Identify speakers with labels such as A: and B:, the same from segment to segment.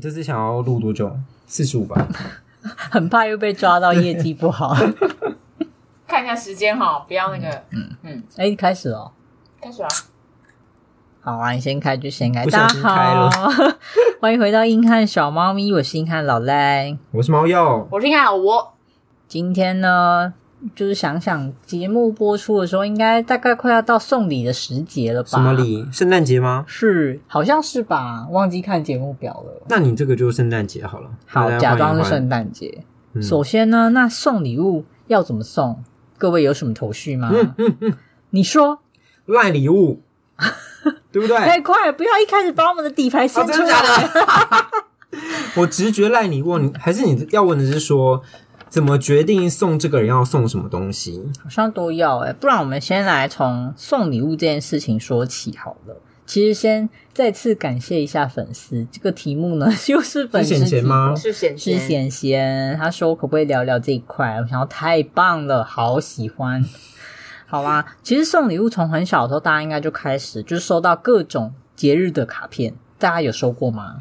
A: 这次想要录多久？四十五吧。
B: 很怕又被抓到业绩 不好。
C: 看一下时间哈，不要那个，嗯嗯，
B: 哎、开始哦。
C: 开始啊，
B: 好啊，你先开就先开。
A: 不小
B: 大家
A: 心开了
B: 好， 欢迎回到硬汉小猫咪，我是硬汉老赖。
A: 我是猫鼬，
C: 我是看老吴，
B: 今天呢，就是想想节目播出的时候，应该大概快要到送礼的时节了吧？
A: 什么？礼？圣诞节吗？
B: 是，好像是吧？忘记看节目表了。
A: 那你这个就是圣诞节好了。
B: 好
A: 大，家
B: 假装
A: 换一
B: 是
A: 换
B: 圣诞节。
A: 嗯
B: 首先呢，那送礼物要怎么送？各位有什么头绪吗？
A: 嗯嗯嗯，
B: 你说，
A: 赖礼 物，对不对？
B: 太快了，不要一开始把我们的底牌
A: 哎啊，
B: 先
A: 真
B: 哎出
A: 的
B: 来。
A: 假的？ 我直觉赖礼物，你还是你要问的是说，怎么决定送这个人要送什么东西？
B: 好像都要哎、不然我们先来从送礼物这件事情说起好了。其实先再次感谢一下粉丝，这个题目呢 就是粉丝
A: 是贤贤吗
B: 提
C: 是显
B: 供？是贤贤，他说可不可以聊聊这一块？我想要太棒了，好喜欢。 好啦，其实送礼物从很小的时候，大家应该就开始就是收到各种节日的卡片，大家有收过吗？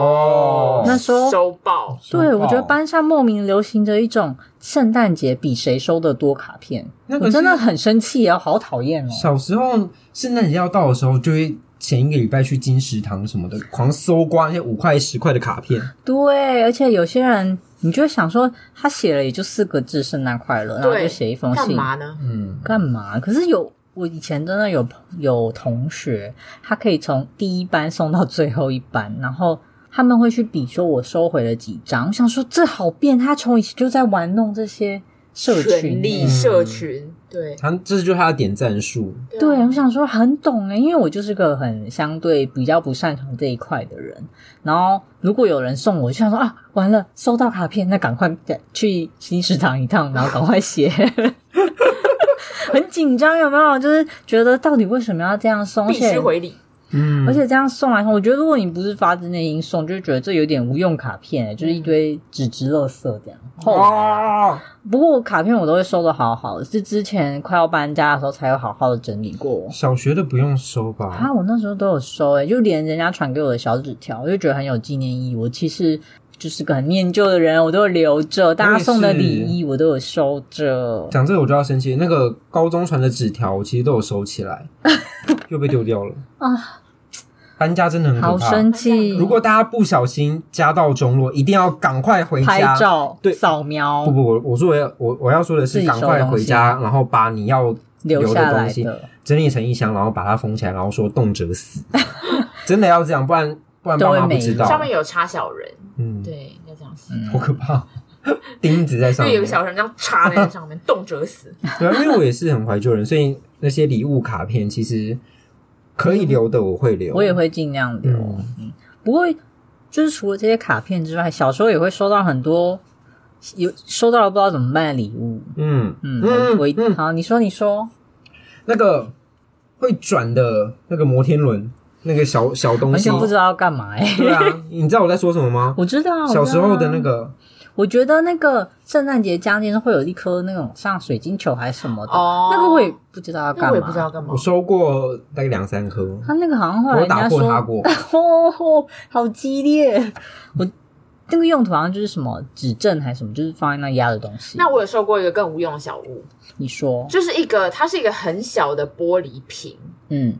A: 有
B: 那时候
C: 收爆，
A: 收
B: 对，
A: 到
B: 我觉得班上莫名流行着一种圣诞节比谁收的多卡片，
A: 那个
B: 我
A: 是
B: 真的很生气啊，好讨厌哦。
A: 小时候圣诞节要到的时候，就会前一个礼拜去金石堂什么的，狂搜刮那些五块十块的卡片。
B: 对，而且有些人，你就会想说，他写了也就四个字“圣诞快乐”，然后
C: 对
B: 就写一封
C: 干
B: 信，
C: 嘛呢？
A: 嗯，
B: 干嘛？可是有我以前真的有有同学，他可以从第一班送到最后一班，然后他们会去比说我收回了几张。我想说，这好变态，他从以前就在玩弄这些社群
C: 权力
B: 欸
C: 社群，对
A: 他这就是他的点赞数。
B: 对，
C: 啊
B: 我想说很懂哎，因为我就是个很相对比较不擅长这一块的人。然后如果有人送我，就想说啊，完了，收到卡片，那赶快去新食堂一趟，然后赶快写。 很紧张，有没有？就是觉得到底为什么要这样送？而
C: 必须
B: 且
C: 回礼，
A: 嗯
B: 而且这样送来，我觉得如果你不是发自内心送，就会觉得这有点无用卡片，欸就是
C: 嗯
B: 一堆纸质垃圾这样。后来啊
A: 哦，
B: 不过卡片我都会收的好好的，是之前快要搬家的时候才有好好的整理过。
A: 小学的不用收吧？
B: 啊，我那时候都有收诶、就连人家传给我的小纸条，我就觉得很有纪念意义。我其实就是个很念旧的人，我都有留着，大家送的礼仪我都有收着。
A: 讲这个我就要生气。那个高中传的纸条，我其实都有收起 来，又被丢掉了
B: 啊！
A: 搬家真的很可
B: 好
A: 怕。
B: 生气！
A: 如果大家不小心家道中落，一定要赶快回
B: 拍
A: 家。
B: 照、
A: 对
B: 扫描
A: 不不，我我说我要我我要说的是，
B: 自己收
A: 赶快
B: 东
A: 回
B: 西
A: 家，然后把你要
B: 留下
A: 的
B: 来
A: 东西
B: 的，
A: 整理成一箱，然后把它封起来，然后说动辄 死，真的要这样，不然不然爸妈不知
B: 都会没
C: 上
A: 道
C: 面。有插小人，
A: 嗯，
C: 对，要这样子，
A: 好
B: 嗯，
A: 可怕，哦钉子在
C: 因
A: 上
C: 为 有
A: 面
C: 个。小人这样插在上面，动辄死，
A: 对啊，因为我也是很怀旧人，所以那些礼物卡片其实可以留的，我会留。
B: 我也会尽量留。
A: 嗯
B: 嗯，不过就是除了这些卡片之外，小时候也会收到很多有收到了不知道怎么办的礼物。
A: 嗯
B: 嗯，
A: 嗯
B: 我一
A: 嗯，
B: 好，你说你说，
A: 那个会转的那个摩天轮，那个小小东
B: 完
A: 西
B: 全，不知道要干嘛哎、
A: 对啊，你知道我在说什么吗？
B: 我知道我知道
A: 小
B: 啊
A: 时候的那个，
B: 我觉得那个圣诞节将近会有一颗那种像水晶球还是什么的，
C: 哦
B: 那个我也不知道要
C: 那
B: 干
C: 我也
B: 嘛。
C: 不知道干嘛
A: 我，收过大概两三颗，
B: 他那个好像后来
A: 我
B: 人家
A: 打
B: 说
A: 破，它过。
B: 哦， 好激烈！我那个用途好像就是什么指正还是什么，就是放在那压的东西。
C: 那我有收过一个更无用的小物，
B: 你说，
C: 就是一个它是一个很小的玻璃瓶，
B: 嗯，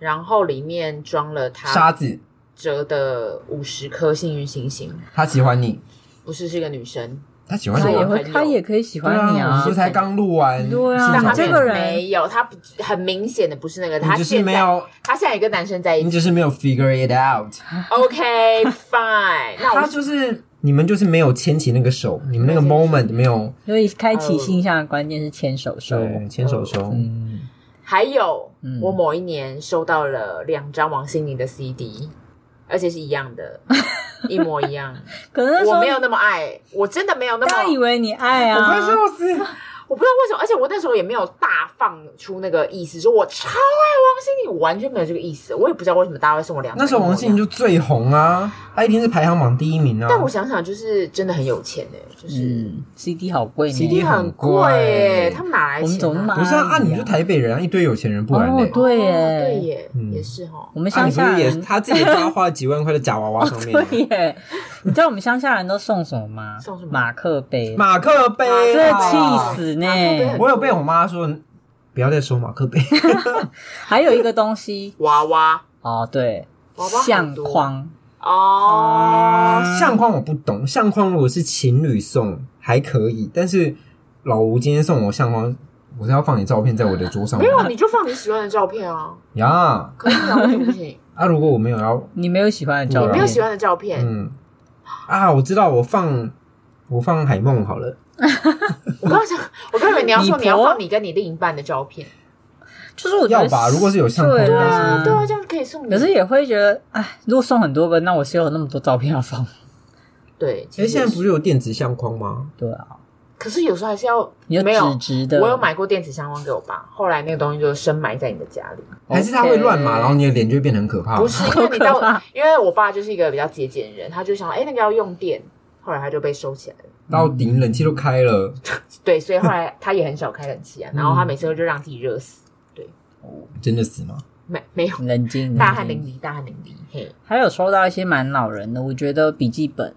C: 然后里面装了它
A: 沙子，
C: 折的五十颗幸运星星，
A: 他喜欢你，
C: 不是是一个女生，
A: 他喜欢
B: 他
C: 是
A: 我啊
B: 也
C: 我。
B: 会，
C: 朋友
B: 他也可以喜
A: 对
B: 欢你
A: 啊，
B: 啊
A: 我。才刚录完，
B: 对啊
A: 新
C: 但
A: 手
C: 他
B: 你这个人
C: 没有，他不很明显的不是那个，
A: 你
C: 他
A: 只是
C: 现
A: 没
C: 在
A: 有，
C: 他现在也跟男生在一
A: 你
C: 起。
A: 只是没有 figure it out。
C: OK fine，那
A: 他
C: 我
A: 就是你们就是没有牵起那个手，你们那个 moment 没有
B: 所以开启信箱的关键是牵手收。
A: 对牵手手，
B: 嗯，
C: 还有、
B: 嗯
C: 我某一年收到了两张王心凌的 CD，而且是一样 的，一模一样。
B: 可能那时候
C: 我没有那么爱，我真的没有那
B: 大家以
C: 么，
B: 为你爱
A: 我快
B: 啊，
A: 笑死！
C: 我不知道为什么，而且我那时候也没有大放出那个意思，说我超爱王心凌，我完全没有这个意思，我也不知道为什么大家会送我两百。
A: 那时候王心凌就最红啊，她一定是排行榜第一名啊。
C: 但我想想，就是真的很有钱哎、就是
B: 嗯，CD 好贵呢
A: CD
C: 很贵
A: 很贵
C: 哎、他们哪来
B: 我们
C: 钱、
B: 怎么那么
C: 啊？
A: 不是啊，啊你就台北人啊，一堆有钱人，不然嘞
B: 哦，对耶，
C: 哦对耶，
A: 嗯
C: 也是哦哈。
B: 我们
A: 啊，
B: 乡
A: 你不
B: 下
A: 是也
B: 人，
A: 他自己花花了几万块的假娃娃上面 吗，
B: 对耶，你知道我们乡下人都送什么吗？
C: 送什么
B: 马克杯，
A: 马克杯
C: 马克
B: 这
C: 杯
A: 啊
B: 气死
C: 马
B: 呢！
C: 克杯很
A: 我有被我妈说不要再收马克杯，
B: 还有一个东西
C: 娃娃
B: 哦，对
C: 娃娃，
B: 相
C: 很多
B: 框，
C: 哦，
A: 相框我不懂，相框如果是情侣送还可以，但是老吴今天送我相框，我是要放你照片在我的桌上吗
B: 嗯
C: 没有，你就放你喜欢的照片啊，
A: 呀？
C: 可以啊，为什么不行？
A: 啊，如果我没有要，
B: 你没有喜欢的照
A: 我
B: 片，
C: 没有喜欢的照片，
A: 嗯，啊，我知道，我放我放海梦好了，
C: 我刚刚想，我刚以为你要
B: 你
C: 说
B: 婆
C: 你要放你跟你另一半的照片，
B: 就是我觉得
A: 要吧如果是有相框
B: 对
A: 的话
B: 啊，
A: 嗯
C: 对啊，这样可以送你。
B: 可是也会觉得，哎，如果送很多个，那我是有那么多照片要放，
C: 对，
A: 其哎实现在
C: 也是
A: 不是有电子相框吗？
B: 对啊，
C: 可是有时候还是要
B: 你就
C: 没有
B: 直直的，
C: 我有买过电子相框给我爸，后来那个东西就深埋在你的家里。
B: 哦
A: 还是他会乱码，
B: OK
A: 然后你的脸就会变得很可怕？
C: 不是因为你
B: 好可怕
C: 到，因为我爸就是一个比较节俭的人，他就想，哎、那个要用电，后来他就被收起来了。
A: 到顶冷气都开了，
C: 对，所以后来他也很少开冷气啊，然后他
A: 嗯
C: 每次就让自己热死，
A: 真的死吗？
C: 没没有
B: 冷静，
C: 大汗
B: 冷
C: 淋
B: 静。
C: 漓，大汗淋漓。嘿，
B: 还有收到一些蛮恼人的，我觉得笔记本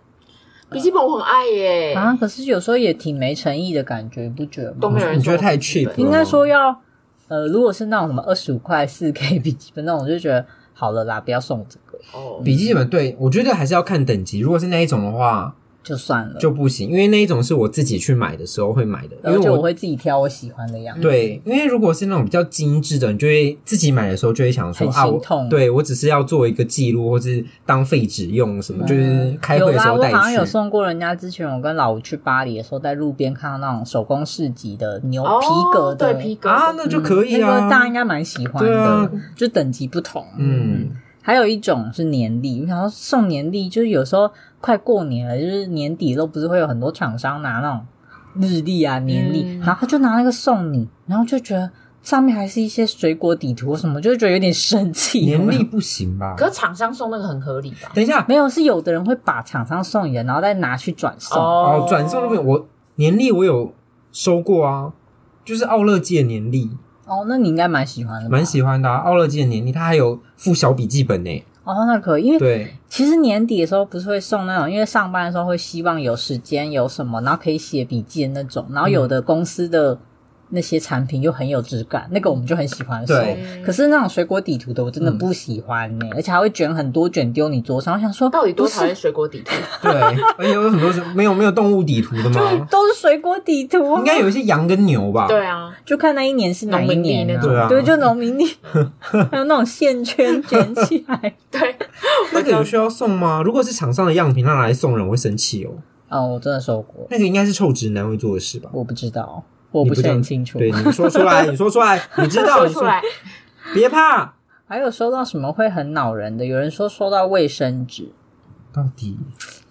C: 笔记本我很爱耶、
B: 啊，可是有时候也挺没诚意的感觉，不觉得
C: 都
B: 吗？
C: 没有人
A: 你觉得
C: 送我
A: 太
C: 笔记
A: cheap
C: 本
A: 了
B: 应该说要，呃，如果是那种什么二十五块四 K 笔记本那种，我就觉得好了啦，不要送我这个，
C: 哦，
A: 笔记本对我觉得还是要看等级，如果是那一种的话
B: 就算了。
A: 就不行，因为那一种是我自己去买的时候会买的，因
B: 而
A: 为
B: 且
A: 我
B: 我会自己挑我喜欢的样子。
A: 对，因为如果是那种比较精致的，你就会自己买的时候就会想说
B: 很
A: 啊，
B: 心
A: 我
B: 痛
A: 对我只是要做一个记录，或是当废纸用什么，就是开
B: 有
A: 会的时
B: 啦，
A: 候
B: 我
A: 带
B: 好像嗯有
A: 去。
B: 送过人家。之前我跟老吴去巴黎的时候，在路边看到那种手工市集的牛
C: 哦
B: 皮革的，
C: 对皮革
A: 啊，那就可以
B: 那
A: 啊
B: 个，大家应该蛮喜欢
A: 对
B: 的，
A: 啊
B: 就等级不同。
A: 嗯，
B: 还有一种是年历，我想说送年历，就是有时候快过年了，就是年底都不是会有很多厂商拿那种日历啊、年历，
C: 嗯
B: 然后他就拿那个送你，然后就觉得上面还是一些水果底图什么，就会觉得有点生气。有
A: 年
B: 没有
A: 历不行吧？
C: 可是厂商送那个很合理吧？
A: 等一下
B: 没有，是有的人会把厂商送你的，然后再拿去转送。
A: 哦，转送的不行，我年历我有收过啊，就是奥乐季的年历，
B: 哦，那你应该蛮喜欢的吧，
A: 蛮喜欢的啊。奥乐季的年历它还有附小笔记本 呢，
B: 哦，那可以，因为
A: 对，
B: 其实年底的时候不是会送那种，因为上班的时候会希望有时间有什么，然后可以写笔记的那种，然后有的公司的那些产品又很有质感，那个我们就很喜欢送。
A: 对
C: 嗯
B: 可是那种水果底图的我真的不喜欢呢、而且还会卷很多卷丢你桌上，我想说
C: 到底多
B: 不
C: 讨厌
B: 是
C: 水果底图？
A: 对，而且有很多是没有没有动物底图的 吗？
B: 都是水果底图，啊
A: 应该有一些羊跟牛吧？
C: 对啊，
B: 就看那一年是哪一
C: 农民
B: 年
C: 历那
B: 啊
C: 种
A: 对啊
B: 对，就农民历， 还有那种线圈卷起来。
C: 对，
A: 那个有需要送吗？如果是厂商的样品，那拿来送人，我会生气哦。
B: 哦，我真的收过，
A: 那个应该是臭直男会做的事吧？
B: 我不知道，我
A: 你
B: 不是
A: 知道
B: 很清楚。
A: 对，你说出来，你说出来，你知道，
C: 说
A: 你
C: 出来，
A: 别怕。
B: 还有收到什么会很恼人的？有人说收到卫生纸
A: 到底，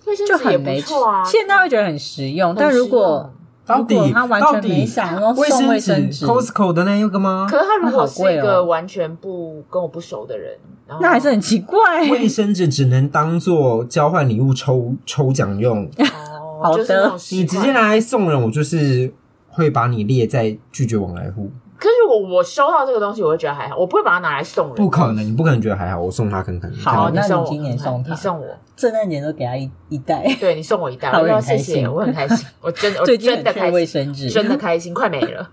C: 卫生
B: 就
C: 纸也
B: 很
C: 不
B: 没
C: 错啊。
B: 现在会觉得很实用，
C: 很
B: 但如
C: 实
B: 果
C: 用
A: 到
B: 如果
A: 底，
B: 他完
A: 到
B: 全没
A: 底，
B: 想要送卫
A: 卫
B: 生纸
A: 纸，，Costco 的那个吗？
C: 可是他如
B: 那好
C: 果是
B: 贵
C: 一
B: 哦
C: 个完全不跟我不熟的人，然后
B: 那还是很奇怪。
A: 卫生纸只能当做交换礼物抽抽奖用，
C: 哦，
B: 好的
C: 就是那种习
A: 你
C: 惯
A: 直接拿来送人，我就是会把你列在拒绝往来户。
C: 可是如果我收到这个东西，我会觉得还好，我不会把它拿来送人。
A: 不可能，你不可能觉得还好，我送他看看。
B: 好
A: 你
B: 那
A: 看
B: 你
C: 送我
B: 今年
C: 看看
B: 送他
C: 你送我，
B: 圣诞节都给他一一袋，
C: 对你送我一袋，
B: 他
C: 我
B: 会
C: 说
B: 很开
C: 谢
B: 心
C: 谢，我很开 心，我真我
B: 最
C: 哦
B: 近
C: 真
B: 很
C: 的
B: 缺
C: 开
B: 卫
C: 心，
B: 生纸。
C: 真的开心，快没 了。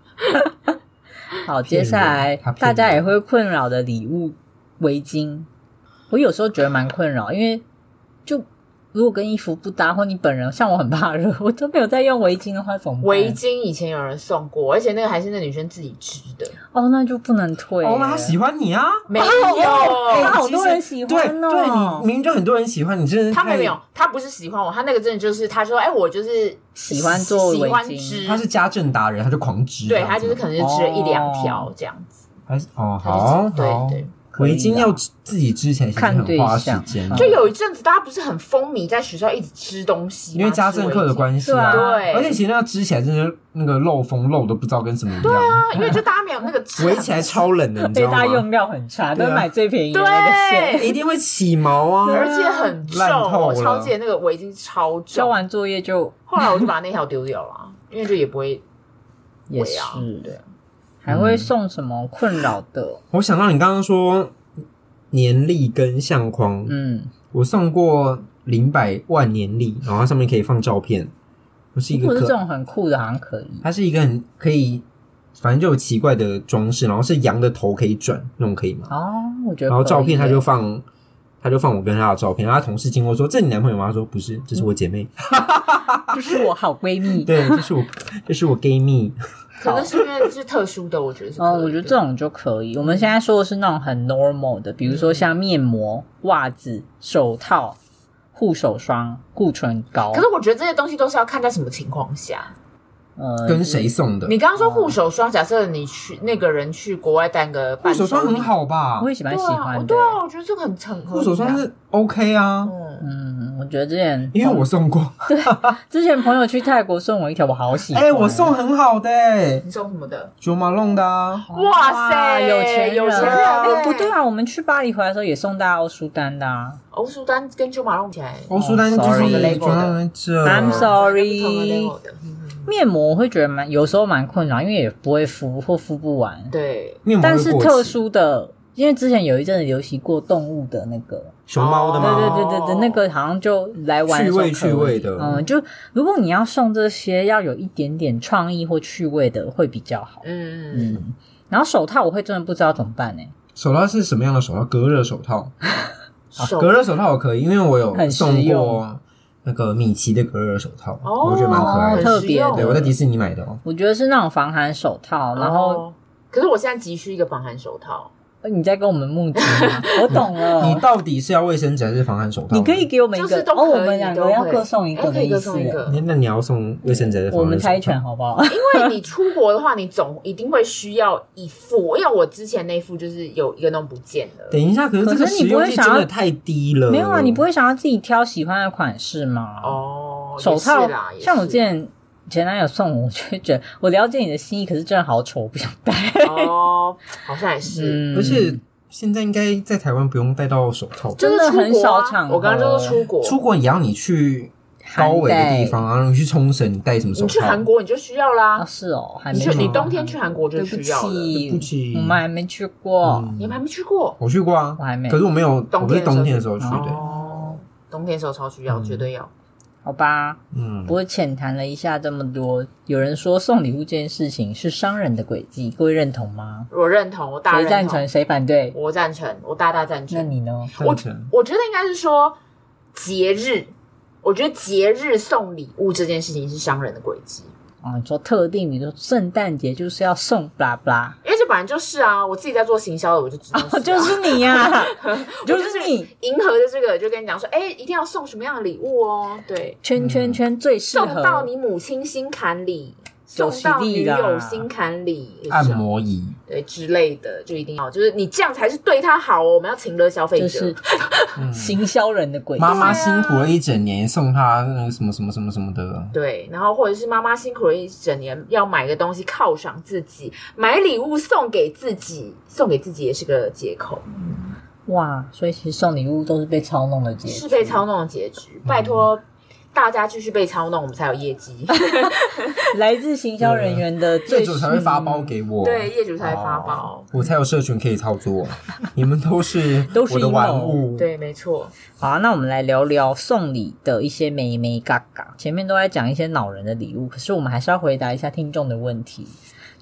B: 好，接
A: 骗
B: 下来
A: 人他骗
B: 大家也
A: 人
B: 会困扰的礼物围巾，我有时候觉得蛮困扰，因为就如果跟衣服不搭，或你本人像我很怕热，我都没有在用围巾的话，怎么办
C: 围巾以前有人送过，而且那个还是那女生自己织的，
B: 哦，那就不能退耶。
A: 哦，那他喜欢你啊。
C: 没有，
B: 哦哎
A: 哎
B: 好多人
A: 其实
B: 喜欢哦
A: 对，对你明明就很多人喜欢你，真的是
C: 他没
A: 太
C: 有，，他不是喜欢我，他那个真的就是他说，哎，我就是
B: 喜欢做
C: 喜
B: 围
C: 欢
B: 巾
C: 织，
A: 他是家政达人，他就狂织这
C: 对
A: 样子，
C: 他就是可能是织了一两
B: 哦
C: 条这样子，
A: 还是哦
C: 他就
A: 好
C: 是对对。
B: 可以
A: 围巾要
B: 啦
A: 自己织起来，其实很花时间，
B: 看
C: 啊就有一阵子大家不是很风靡，在学校一直织东西吗，
A: 因为家政课的
C: 系。
A: 关系
B: 对啊
C: 对，
A: 而且其实那织起来真的那个漏风漏都不知道跟什么一样，
C: 啊，因为就大家没有那个
A: 围起来超冷的，你
B: 所
A: 知
B: 以
A: 道
B: 大家
A: 吗？
B: 用料很差，都
A: 对啊
B: 买最便宜的那个线。
A: 一定会起毛啊，
C: 而且很
A: 烂
C: 重，
A: 透
C: 我
A: 了
C: 超记得那个围巾超
B: 交
C: 重。
B: 完作业就
C: 后来我就把那条丢掉了，因为就也不会
B: 也
C: 对
B: 是
C: 啊对，
B: 还会送什么困扰的？
A: 我想到你刚刚说年历跟相框，
B: 嗯，
A: 我送过零百万年历，然后它上面可以放照片。我是一
B: 如
A: 个
B: 果是这
A: 可，
B: 种很酷的，好像可以。
A: 它是一个很可以，反正就有奇怪的装饰，然后是羊的头可以转，那种可以吗？
B: 哦，我觉得可以耶。
A: 然后照片 他就放，他就放我跟他的照片。然后他同事经过说：“这你男朋友吗？”他说：“不是，这是我姐 妹。。
B: 就是我好闺蜜
A: 对，这是我，这是我 gay 蜜。
C: 可能是因为是特殊的，我觉得是可以
B: 嗯，
C: 的。
B: 我觉得这种就可以。我们现在说的是那种很 normal 的，比如说像面膜、袜子、手套、护手霜、护唇膏。
C: 可是我觉得这些东西都是要看在什么情况下。
B: 呃，
A: 跟谁送的
C: 你？刚刚说护手霜，假设你去那个人去国外单个
A: 哦护
C: 半
A: 手霜很，好吧
B: 我？也喜
C: 对
B: 蛮喜
C: 啊，
B: 欢的
C: 对。啊，我觉得这个很成合理啊
A: 护手霜是 OK 啊，
C: 嗯，
B: 嗯，我觉得之前
A: 因为我送
B: 哦
A: 过。
B: 之前朋友去泰国送我一条，我好喜欢。
A: 哎，我送很好的欸
C: 你送什么的？
A: 九马弄的啊。
B: 哦
C: 哇塞，
B: 有钱人
C: 有钱
A: 对啊
C: 人，
B: 不对，啊，我们去巴黎回来的时候也送大家欧舒丹的啊。
C: 欧舒丹跟九马弄起来，嗯
A: 欧舒哦丹就
B: sorry
A: 是装在这。
B: 哦 I'm sorry
C: 不同的 level 的嗯嗯
B: 面膜我会觉得蛮有时候蛮困扰，因为也不会敷或敷不完。
C: 对，
A: 面膜会
B: 但是
A: 过期
B: 特殊的，因为之前有一阵子流行过动物的那个，
A: 熊猫的
B: 对
A: 吗？
B: 哦对对对对，那个好像就来玩的时候可以
A: 哦趣味趣味的
B: 嗯，就如果你要送这些，要有一点点创意或趣味的会比较好。
C: 嗯嗯，
B: 嗯，然后手套我会真的不知道怎么办呢、欸
A: 手套是什么样的手套？隔热手套。
C: 手
A: 隔热手套我可以，因为我有
B: 很实
A: 送过
B: 用
A: 那个米奇的隔热手套，
C: 哦
A: 我觉得蛮可爱
B: 哦
A: 的。
B: 特别的
A: 对，我在迪士尼买的哦。
B: 我觉得是那种防寒手套，然后
C: 哦，可是我现在急需一个防寒手套，
B: 呃你在跟我们募 集吗，我懂
A: 你
B: 了。
A: 到底是要卫生纸还是防寒手套？
B: 哦你可以，给我们一
C: 就
B: 个，
C: 是都
B: 哦，我
C: 可
B: 们
C: 以，
B: 两
C: 都
B: 个要
C: 可以
B: 各送一
C: 哎
B: 个
C: 可
B: 的
C: 以
B: 意
C: 各
B: 思
C: 送一。个。
A: 那你要送卫生纸还是防寒手套？
B: 我们猜拳好不好？
C: 因为你出国的话，你总一定会需要一副，因为我之前那副就是有一个弄不见了。
A: 等一下，可是这个
B: 可是
A: 使
B: 你不
A: 用
B: 会
A: 率
B: 想
A: 真
B: 要
A: 的太低了。
B: 没有啊，你不会想要自己挑喜欢的款式吗？
C: 哦，也
B: 手套
C: 是啦，也是
B: 像我之前前男友送我，我就会觉得我了解你的心意，可是真的好丑，我不想戴。
C: 哦，好像也是，
B: 嗯
A: 而且现在应该在台湾不用戴到手套，
C: 就是
B: 真的
C: 出
B: 很
C: 国啊
B: 少场合
C: 我刚刚就说出国，
A: 出国也要你去高纬的地方啊，然后你去冲绳，你戴什么手
C: 你
A: 套？
C: 去韩国你就需要
B: 啊，
C: 啦，
B: 是哦，还
C: 你
B: 没
C: 去
A: 没
C: 你
A: 有
C: 冬天去韩国就
B: 对不
C: 需要了。
A: 对不起
B: 起，我们还没去过。
A: 嗯
C: 你们还没去过？
A: 我去过啊，
B: 我还没
A: 可是我没有，我
C: 冬
A: 不是
C: 天
A: 冬天的时候去
B: 去
A: 的。
C: 哦，冬天的时候超需要，
A: 嗯
C: 绝对要。
B: 好吧，
A: 嗯
B: 不，过浅谈了一下这么多，有人说送礼物这件事情是商人的诡计，各位认同吗？
A: 嗯
C: 我认同，我大
B: 谁
C: 认
B: 赞
C: 同
B: 成，，谁反对？
C: 我赞成，我大大赞成。
B: 那你呢？
C: 我
A: 赞成
C: 我觉得应该是说节日，我觉得节日送礼物这件事情是商人的轨迹，
B: 啊，你说特定，你说圣诞节就是要送布拉布拉，
C: 因为这本来就是啊，我自己在做行销的，我就知道、
B: 哦， 就是你 呀、就
C: 就是
B: 你，
C: 迎合的这个，就跟你讲说，哎、一定要送什么样的礼物哦，对，
B: 圈圈圈最适
C: 送
B: 合
C: 到你母亲心坎里。送
B: 嗯有实
C: 到女
B: 力啦
C: 友心坎里，
A: 按摩椅，
C: 对之类的，就一定要，就是你这样才是对他好哦。我们要请了消费
B: 就
C: 者，
B: 是
A: 嗯
B: 行销人的
C: 啊
B: 轨迹。
A: 妈妈辛苦了一整年，送她那个什么什么什么什么的，
C: 对，然后或者是妈妈辛苦了一整年，要买个东西犒赏自己，买礼物送给自己，送给自己也是个借口，
B: 哇，所以其实送礼物都是嗯被操弄的结
C: 是
B: 局。
C: 被操弄的结局。拜托大家继续被操弄，我们才有业 绩。
B: 来自行销人员的最
A: 业主才会发包给我。
C: 对，业主才会
B: 哦
C: 发包。
A: 我才有社群可以操作， 你们 都是
B: 都是
A: 我的
B: 阴谋
A: 玩物。，
C: 对，没错，
B: 好啊，那我们来聊聊送礼的一些美美嘎嘎。前面都在讲一些恼人的礼物，可是我们还是要回答一下听众的问题。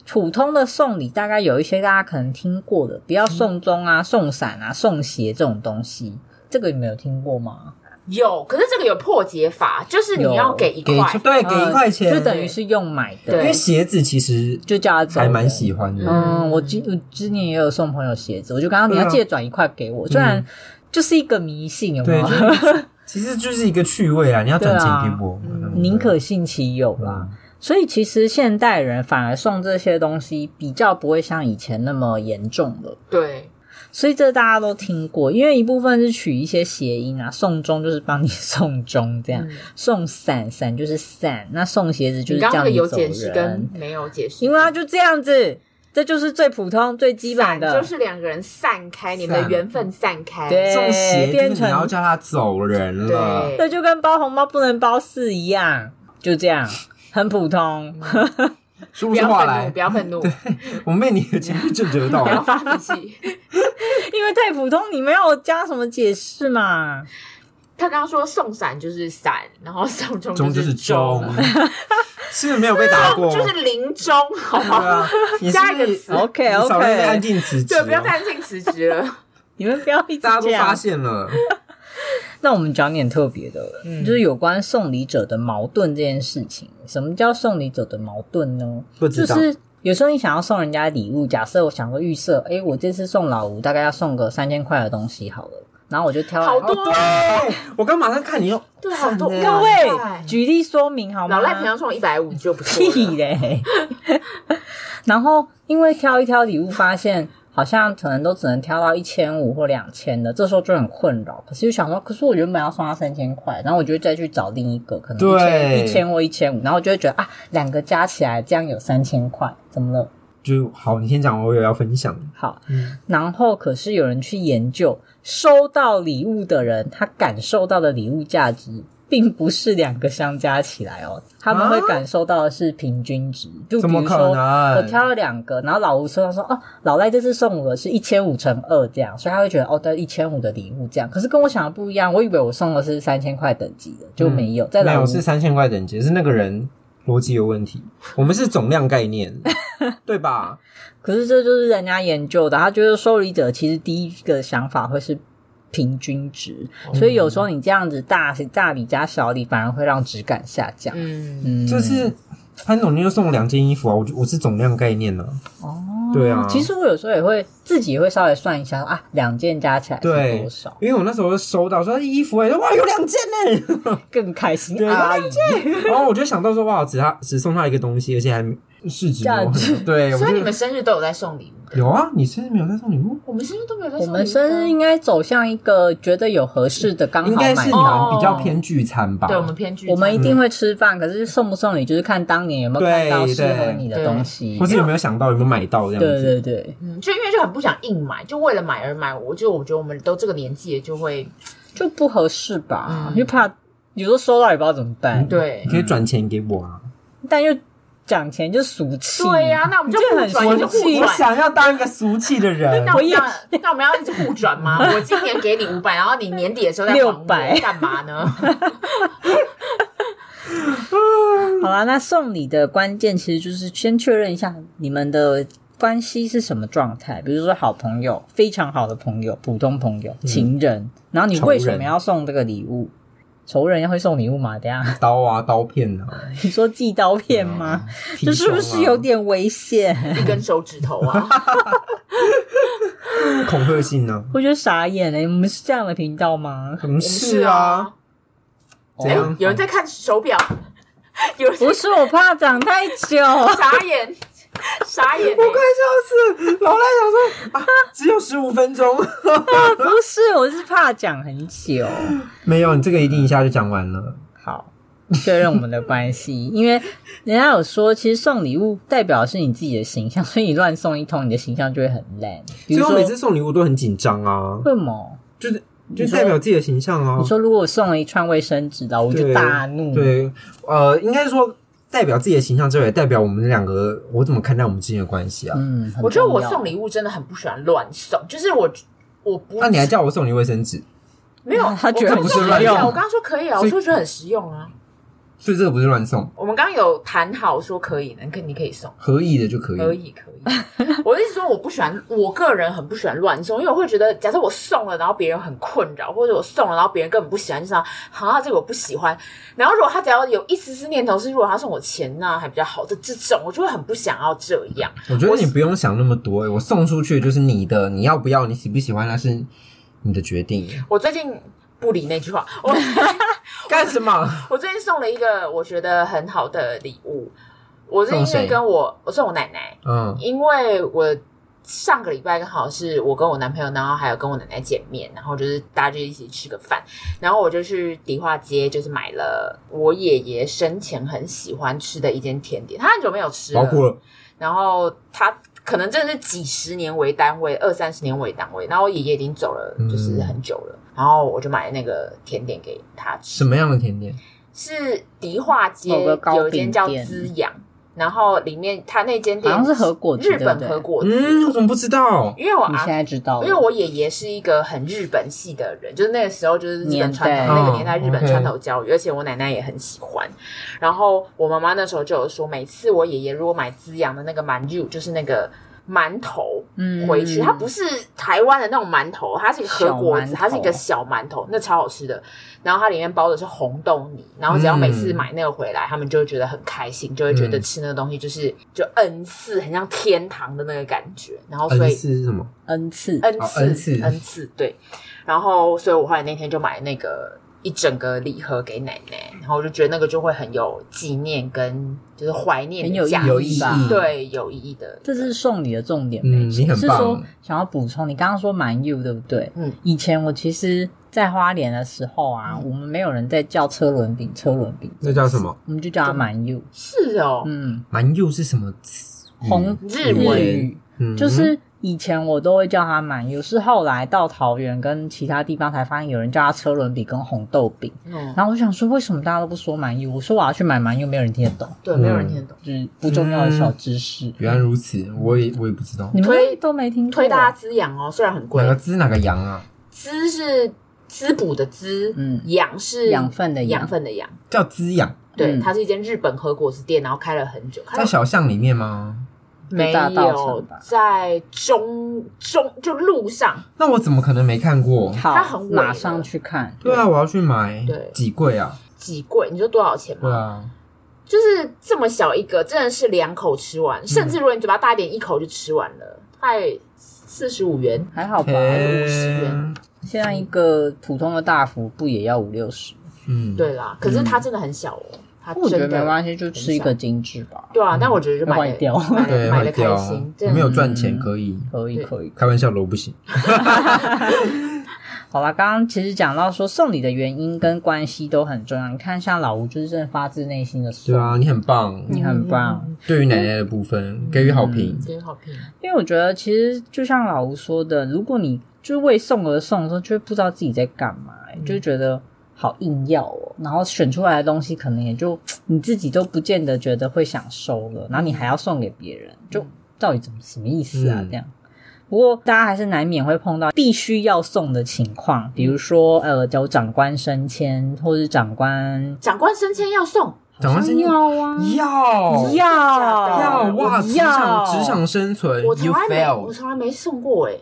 B: 普通的送礼大概有一些大家可能听过的，不要送钟啊、送伞啊、送鞋这种东西，这个你们有听过吗？
C: 有，可是这个有破解法，就是你要
B: 有
C: 给一
A: 给
C: 块，呃
A: 对给一块钱，
B: 呃就等于是用买的，
A: 因
C: 对
A: 为鞋子其实
B: 就叫他走
A: 还
B: 人
A: 蛮喜欢的。
B: 嗯，我今我今年也有送朋友鞋子，我就刚刚你
A: 对啊嗯
B: 要借转一块给我，虽然就是一个迷信，有
A: 对，
B: 没有
A: 就？是其实就是一个趣味啊，你要转钱给我，
C: 嗯
B: 宁可信其有啦。所以其实现代人反而送这些东西比较不会像以前那么严重了。
C: 对，
B: 所以这大家都听过，因为一部分是取一些谐音啊，送钟就是帮你送钟这样，
C: 嗯
B: 送伞伞就是伞，那送鞋子就
C: 你
B: 是
C: 刚刚那
B: 叫
C: 个有
B: 走
C: 解释跟
B: 人，
C: 没有解释，
B: 因为它就这样子，这就是最普通最基本
C: 散
B: 的，
C: 就是两个人散开，你们的
A: 散
C: 缘分散开。
B: 对
A: 送鞋就是
B: 变
A: 你
B: 成
A: 要叫他走人了
C: 对。
B: 这就跟包红包不能包四一样，就这样，很普通。
C: 嗯
A: 说
C: 不
A: 不出
C: 要
A: 话
C: 愤怒，
A: 来
C: 不，要愤怒，不
A: 我妹你的情绪正得到
C: 要
A: 了。
C: 发脾气。
B: 因为太普通，你没有加什么解释嘛？
C: 他刚刚说送伞就是伞，然后送钟
A: 钟就是
C: 钟
A: 钟，， 是没有被打 过。
C: 就是铃钟，好
A: 对
C: 吗？
A: 啊，你是
C: 下一
A: 不
C: 个
A: 是
C: 词
A: 你
B: OK
A: 少在那边按
B: OK，
A: 定辞职哦，
C: 对，不要再进辞职了。
B: 你们不要一直
A: 大家都
B: 这
A: 发
B: 样。
A: 现了，
B: 那我们讲点特别的了，
C: 嗯
B: 就是有关送礼者的矛盾这件事情。什么叫送礼者的矛盾呢？
A: 不知
B: 就
A: 道。
B: 是有时候你想要送人家礼物，假设我想说预设，诶，我这次送老吴大概要送个三千块的东西好了，然后我就挑来
C: 好
A: 哦，对，我刚马上看你又
C: 对，好多
A: 散了
B: 各
C: 哇
B: 位举例说明好吗？
C: 老赖平常送一百五就不错了。
B: 屁嘞！ 然后因为挑一挑礼物，发现好像可能都只能挑到一千五或两千的，这时候就很困扰。可是又想说，可是我原本要送他三千块，然后我就会再去找另一个，可能一千
A: 对
B: 一千或一千五，然后我就会觉得啊，两个加起来这样有三千块，怎么了？
A: 就好，你先讲，我有要分享。
B: 好，
A: 嗯，
B: 然后可是有人去研究，收到礼物的人，他感受到的礼物价值，并不是两个相加起来哦，他们会感受到的是平均值。就比
A: 啊怎么
B: 如
A: 可
B: 说，
A: 能啊
B: 我挑了两个，然后老吴收到说，哦，老赖这次送我的是一千五乘二这样，所以他会觉得哦，对，一千五的礼物这样。可是跟我想的不一样，我以为我送的是三千块等级的，就没有。在
A: 嗯没
B: 老吴
A: 有是三千块等级，是那个人逻辑有问题。我们是总量概 念，对吧？
B: 可是这就是人家研究的，他觉得受理者其实第一个想法会是平均值，
A: 哦
B: 所以有时候你这样子大大礼加小礼，反而会让质感下降。
C: 嗯，
B: 嗯，
A: 就是潘总监就送我两件衣服啊，我就我是总量概念呢、
B: 哦，
A: 对啊
B: 其实我有时候也会自己也会稍微算一下啊，两件加起来是
A: 对
B: 多少，
A: 因为我那时候收到说衣服、欸，哇，有两件呢、
B: 更开心
A: 对
B: 阿姨。
A: 啊然后我就想到说，哇，只他只送他一个东西，而且还市值没有
B: 价值
A: 很对，我
C: 所以
A: 就
C: 你们生日都有在送礼物的，
A: 有啊？你生日没有在送礼物？
C: 我们生日都没有在
B: 我
C: 送礼物的。
B: 们生日应该走向一个觉得有合适的刚好
A: 应
B: 买
A: 该
B: 的，
A: 是你
C: 哦
A: 们比较偏聚餐吧？
C: 对我们偏聚餐，
B: 我们一定会吃饭，可是送不送礼就是看当年有没有看
A: 对
B: 到适合
A: 对
B: 你的
C: 对
B: 东西
A: 或。是有没有想到有没有买到这样
B: 对
A: 子？
B: 对对，
C: 嗯，就因为就很不想硬买，就为了买而买。我就我觉得我们都这个年纪了，就会
B: 就不合适吧，
C: 嗯
B: 因为怕有时候收到也不知道怎么办，
C: 对
A: 你可以转钱给我啊！
B: 但又讲钱就俗气，
C: 对呀、那我们就
B: 这
C: 互
B: 很
C: 转，
B: 我
C: 就互
B: 气
A: 我
C: 转。
A: 想要当一个俗气的人
C: 那，我们要
B: 我
C: 那我们要一直互转 吗？我今年给你五百，然后你年底的时候再还我
B: 600
C: 干嘛 呢？
B: 好啦，那送礼的关键其实就是先确认一下你们的关系是什么状态，比如说好朋友、非常好的朋友、普通朋友、情人，
C: 嗯
B: 然后你为什么要送这个礼物？仇人要会送礼物吗？等一下
A: 刀啊，刀片啊，
B: 你说寄刀片吗？
A: 皮
B: 这是不
A: 球啊
B: 是有点危险？
C: 一根手指头啊！
A: 啊恐吓性呢？
B: 我觉得傻眼欸了、你们是这样的频道吗？
C: 我
A: 我们
C: 们
A: 是啊，，哦怎
C: 哎、
A: 样？
C: 有人在看手表，有人在
B: 不是，我怕讲太久。
C: 傻眼，傻眼、欸
A: 我快笑死！老赖想说啊，只有十五分钟，
B: 不是，我是怕讲很久。
A: 没有，你这个一定一下就讲完了。
B: 好，确认我们的关系，因为人家有说，其实送礼物代表的是你自己的形象，所以你乱送一通，你的形象就会很烂。
A: 所
B: 比
A: 以
B: 如
A: 我
B: 说，
A: 每
B: 为
A: 次送礼物都很紧张啊，
B: 什么？
A: 就是就
B: 你说
A: 代表自己的形象啊
B: 你。说如果我送了一串卫生纸的，我就
A: 对
B: 大怒。，
A: 对，呃，应该说代表自己的形象之外，也代表我们两个我怎么看待我们之间的关系啊？
B: 嗯，很
C: 我觉得我
B: 重要
C: 送礼物真的很不喜欢乱送，就是我我不
A: 那你还叫我送你卫生纸，
C: 没有，
B: 他觉得
C: 我刚
A: 不是
C: 说
A: 乱
C: 可以啊
A: 用
C: 我刚刚说可以啊，
A: 所
C: 我
A: 以
C: 说觉得很实用啊。
A: 所以这个不是乱送，
C: 我们刚刚有谈好说可以，能可你可以送，
A: 合意的就可以。
C: 可以可以。 我的意思说，我不喜欢，我个人很不喜欢乱送，因为我会觉得，假设我送了，然后别人很困扰，或者我送了，然后别人根本不喜欢，就想啊，这个我不喜欢。然后如果他只要有一丝丝念头是，如果他送我钱那还比较好的这种，我就会很不想要这样。
A: 我觉得你不用想那么多、欸我送出去就是你的，你要不要，你喜不喜欢那是你的决 定。
C: 我最近不理那句话，我
A: 干什么？
C: 我最近送了一个我觉得很好的礼物，我最
A: 送
C: 近
A: 谁
C: 跟我我送我奶奶，
A: 嗯，
C: 因为我上个礼拜刚好是我跟我男朋友，然后还有跟我奶奶见面，然后就是大家就一起吃个饭，然后我就去迪化街，就是买了我爷爷生前很喜欢吃的一间甜点，他很久没有吃
A: 包括了
C: 然后他可能真的是几十年为单位，二三十年为单位。然后我爷爷已经走了，
A: 嗯
C: 就是很久了。然后我就买那个甜点给他吃，
A: 什么样的甜点？
C: 是迪化街
B: 某个糕
C: 有一间叫
B: 饼店
C: 滋养，然后里面他那间
B: 好
C: 店
B: 像是和果子
C: 日本
B: 对不对
C: 和果子，
A: 嗯，我怎么不知道？
C: 因为我
B: 你现
C: 阿。
B: 在哦知道了，
C: 啊因为我爷爷是一个很日本系的人，就是那个时候就是日本传统
A: 年代
C: 那个年代
A: 嗯
C: 日本
A: OK
C: 传统教育，而且我奶奶也很喜欢。然后我妈妈那时候就有说，每次我爷爷如果买滋养的那个鳗肉，就是那个馒头，
B: 嗯
C: 回去，它不是台湾的那种馒头，它是一个和果
B: 小馒
C: 子，
B: 头
C: 它是一个小馒头，那超好吃的。然后它里面包的是红豆泥，然后只要每次买那个回来，他们就会觉得很开心，就会觉得吃那个东西就是就恩赐，很像天堂的那个感觉。然后所
A: 恩
C: 以
A: 赐是什么？
B: n 次，
C: 恩
A: 哦
C: 赐
A: 恩赐
C: 恩赐对。然后所以我后来那天就买那个一整个礼盒给奶奶，然后我就觉得那个就会很有纪念跟就是怀念
B: 很
C: 的
B: 有
C: 价值，
A: 有意义吧
C: 对，有意义的。
B: 这是送礼的重点没
A: 嗯，
B: 错。
A: 你很
B: 是说
A: 棒。
B: 想要补充，你刚刚说蛮 you 对不对？
C: 嗯，
B: 以前我其实，在花莲的时候啊，
C: 嗯
B: 我们没有人在叫车轮饼，车轮饼，
A: 那叫什么？
B: 我们就叫它蛮 you。
C: 是哦，
B: 嗯，
A: 蛮柚是什么词语？
B: 红
C: 日
A: 文
B: 语
A: 嗯
B: 就是以前我都会叫它蛮 you，是后来到桃园跟其他地方才发现有人叫它车轮饼跟红豆饼。
C: 嗯，
B: 然后我想说，为什么大家都不说蛮 you？我说我要去买蛮 you，没有人听得懂，
C: 对，没有人听得懂。
B: 就是不重要的小知识。
A: 嗯原来如此，我也我也不知道
B: 你们
C: 推
B: 都没听过啊
C: 推大家滋养哦，虽然很贵
A: 哪，个滋哪个羊啊？
C: 滋是滋补的滋，
B: 嗯
C: 养是
B: 养分的养
C: 养分的养。
A: 叫滋养，
C: 对，
B: 嗯
C: 它是一间日本和果子店，然后开了很久，开
A: 在
C: 了
A: 小巷里面吗？
C: 没
B: 大道城
C: 有
B: 吧
C: 在中中就路上，
A: 那我怎么可能没看过？
B: 好，
C: 它很伪
B: 马
C: 的
B: 上去看。
A: 对啊，我要去买
C: 对，
A: 几贵啊？
C: 几贵？你说多少钱
A: 对
C: 吗？
A: 啊，
C: 就是这么小一个，真的是两口吃
B: 嗯
C: 完，甚至如果你嘴巴大一点，一口就吃完了，快四十五元。
B: 还好吧，
C: 50
A: 嗯
C: 元
B: 现在一个普通的大福不也要五六十？
A: 嗯，
C: 对啦，可是它真的很小哦，它
B: 我觉得
C: 真
B: 没
C: 的
B: 关系，就吃一个精致吧，
C: 对啊，但我觉得就买
B: 坏
C: 了
B: 掉
C: 买
A: 对，
C: 了买
A: 坏
C: 的
A: 掉
C: 开
A: 啊
C: 心，，真的
A: 我没有赚钱
B: 嗯
A: 可以，
B: 可以
C: 对
B: 可以。
A: 开玩笑的我不行。
B: 好啦，刚刚其实讲到说送礼的原因跟关系都很重要。你看，像老吴就是真的发自内心的
A: 对
B: 送，
A: 啊，你很棒，
B: 你很棒。
A: 对于奶奶的部分给予好评，
C: 真好评。
B: 因为我觉得其实就像老吴说的，如果你就是为送而送的时候，就会不知道自己在干嘛、欸
A: 嗯
B: 就会觉得好硬要哦。然后选出来的东西，可能也就嗯你自己都不见得觉得会想收
A: 嗯
B: 了，然后你还要送给别人，就到底怎么什么意思啊？
A: 嗯
B: 这样。不过，大家还是难免会碰到必须要送的情况，比如说，呃，有长官升迁，或是长官
C: 长官升迁要送，
A: 长官升迁
B: 好像要啊，
A: 要
B: 要
A: 要哇！
B: 我
A: 职
B: 要
A: 场职场生存
C: 我
A: ，you
C: 从来没我
A: fail，
C: 从来没送过哎、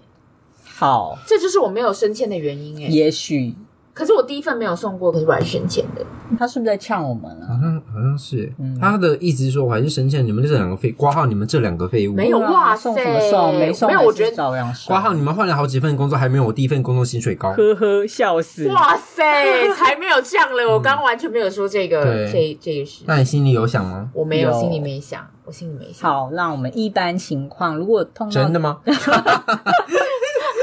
B: 好，
C: 这就是我没有升迁的原因
A: 嗯
C: 哎、
B: 也许
C: 可是我第一份没有送过，可是我还升迁的。
B: 他是不是在呛我们啊？
A: 好像好像是
B: 嗯
A: 他的意思是说，我还是深陷你们这两个废，挂号你们这两个废物，
C: 没有
B: 对啊
C: 哎哇
B: 送
C: 塞
B: 什么送？没送，
C: 没有我觉得
B: 照样送。
A: 挂号你们换了好几份工作，还没有我第一份工作薪水高。
B: 呵呵，笑死！
C: 哇塞，才没有这样嘞！我刚完全没有说这个
A: 对
C: 这这个事，
A: 那你心里有想吗？
C: 我没有
B: 有
C: 心里没想，我心里没想，
B: 好，让我们一般情况，如果碰到
A: 真的吗？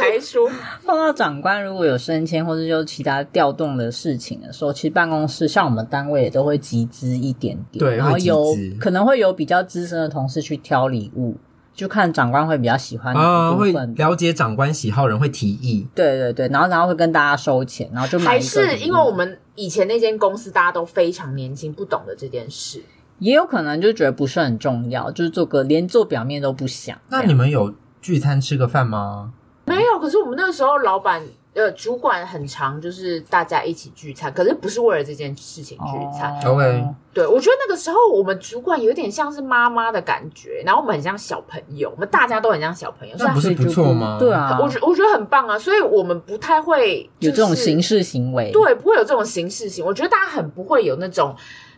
C: 还说
B: 碰到长官如果有升迁或者就其他调动的事情的时候，其实办公室像我们单位也都会集资一点点，
A: 对
B: 然后
A: 会集
B: 有
A: 资
B: 可能会有比较资深的同事去挑礼物，就看长官会比较喜欢哪
A: 啊，
B: 一
A: 会
B: 部分。
A: 了解长官喜好，人会提议。
B: 对对对，然后然后会跟大家收钱，然后就买一
C: 还
B: 个
C: 是
B: 礼物
C: 因为我们以前那间公司大家都非常年轻，不懂得这件事。
B: 也有可能就觉得不是很重要，就是做个连做表面都不想。
C: 啊
A: 那你们有聚餐吃个饭吗？
C: 没有，可是我们那个时候老板呃主管很常就是大家一起聚餐，可是不是为了这件事情聚餐。
B: 哦
A: OK
C: 对我觉得那个时候我们主管有点像是妈妈的感觉，然后我们很像小朋友，我们大家都很像小朋友，虽
A: 那
C: 然
A: 不是不错吗？
B: 对，啊，
C: 我觉我觉得很棒啊，所以我们不太会、
B: 有
C: 就
B: 这
C: 是
B: 种形式行为，
C: 对，不会有这种形式型。我觉得大家很不会有那种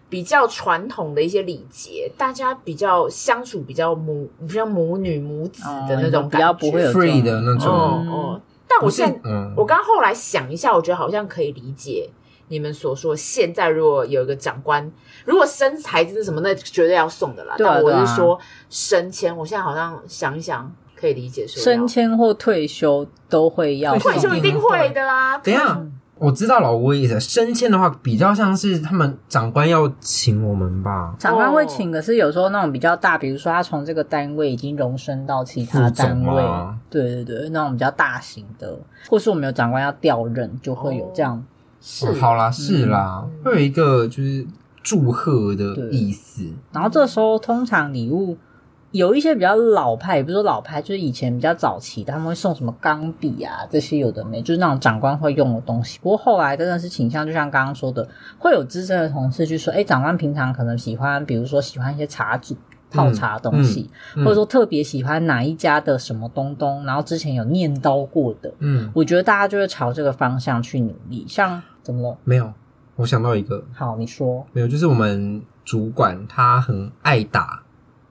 C: 比较传统的一些礼节，大家比较相处比较母比较母女母子
B: 哦
C: 的那种
B: 你
C: 感觉，
B: 比较不会有这种
A: free 的那种，
C: 哦
B: 嗯
C: 哦。但我
A: 不是
C: 现在
A: 嗯，
C: 我刚后来想一下，我觉得好像可以理解你们所说，现在如果有一个长官，如果升才子什么，那绝对要送的啦。
B: 对啊
C: 但我
B: 对啊
C: 是说升迁，我现在好像想一想，可以理解说
B: 升迁或退休都会要
A: 退
C: 啊退休
B: 送
C: 一定会的啊。
A: 等一下，我知道老吴的意思。升迁的话，比较像是他们长官要请我们吧，
B: 长官会请，可是有时候那种比较大，比如说他从这个单位已经荣升到其他单
A: 副
B: 位
A: 总啊，
B: 对对对，那种比较大型的，或是我们有长官要调任，就会有这样。
C: 是嗯
A: 哦好啦，是啦，会有一个就是祝贺的意思。
B: 然后这时候通常礼物有一些比较老派，也不是说老派，就是以前比较早期的，他们会送什么钢笔啊这些有的没，就是那种长官会用的东西。不过后来真的是倾向，就像刚刚说的，会有资深的同事去说，哎，长官平常可能喜欢，比如说喜欢一些茶组。泡茶的东西，
A: 嗯嗯
B: 或者说特别喜欢哪一家的什么东东，然后之前有念叨过的，
A: 嗯，
B: 我觉得大家就会朝这个方向去努力。像怎么了？
A: 没有，我想到一个，
B: 好，你说
A: 没有，就是我们主管他很爱打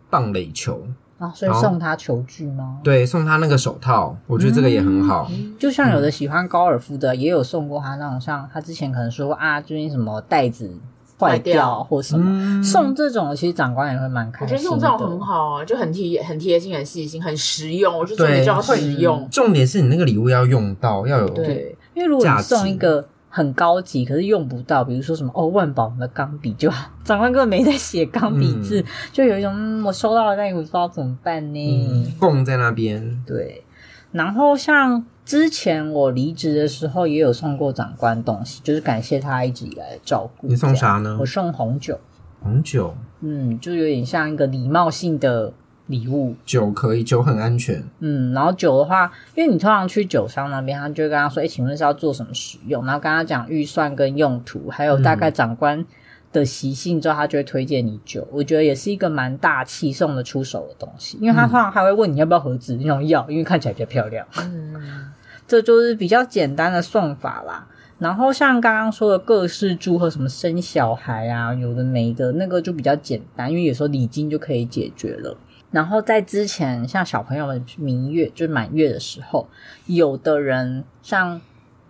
A: 棒垒球，
B: 啊，所以
A: 好
B: 送他球具吗？
A: 对，送他那个手套，我觉得这个也很好。
B: 就像有
A: 嗯
B: 的喜欢高尔夫的，也有送过他那种，像他之前可能说过啊，最近什么袋子坏
C: 坏掉
B: 或什么，
A: 嗯，
B: 送这种其实长官也会蛮
C: 我
B: 开
C: 觉
B: 心
C: 得用
B: 的。
C: 这种很好啊，就很贴、很贴心、很细心、很实用。我就说你就要
A: 对
C: 实用，
A: 重点是你那个礼物要用到，要有
B: 对，因为如果
A: 价
B: 你
A: 值
B: 送一个很高级，可是用不到，比如说什么哦万宝的钢笔就好，长官根本没在写钢笔字，就有一种嗯我收到了，但也不知道怎么办呢。
A: 嗯，供在那边，
B: 对，然后像之前我离职的时候，也有送过长官东西，就是感谢他一直以来的照顾。
A: 你送
B: 这样
A: 啥呢
B: 我送红酒，
A: 红酒，
B: 嗯，就有点像一个礼貌性的礼物，
A: 酒可以，酒很安全。
B: 嗯，然后酒的话，因为你通常去酒商那边，他就会跟他说，哎，请问是要做什么使用？然后跟他讲预算跟用途，还有大概长官的习性之后，他就会推荐你酒。我觉得也是一个蛮大气送的出手的东西，因为他通常还会问你要不要盒子，那种要，因为看起来比较漂亮。
C: 嗯，
B: 这就是比较简单的送法啦。然后像刚刚说的各式祝贺，什么生小孩啊，有的没的，那个就比较简单，因为有时候礼金就可以解决了。然后在之前，像小朋友们明月就是满月的时候，有的人像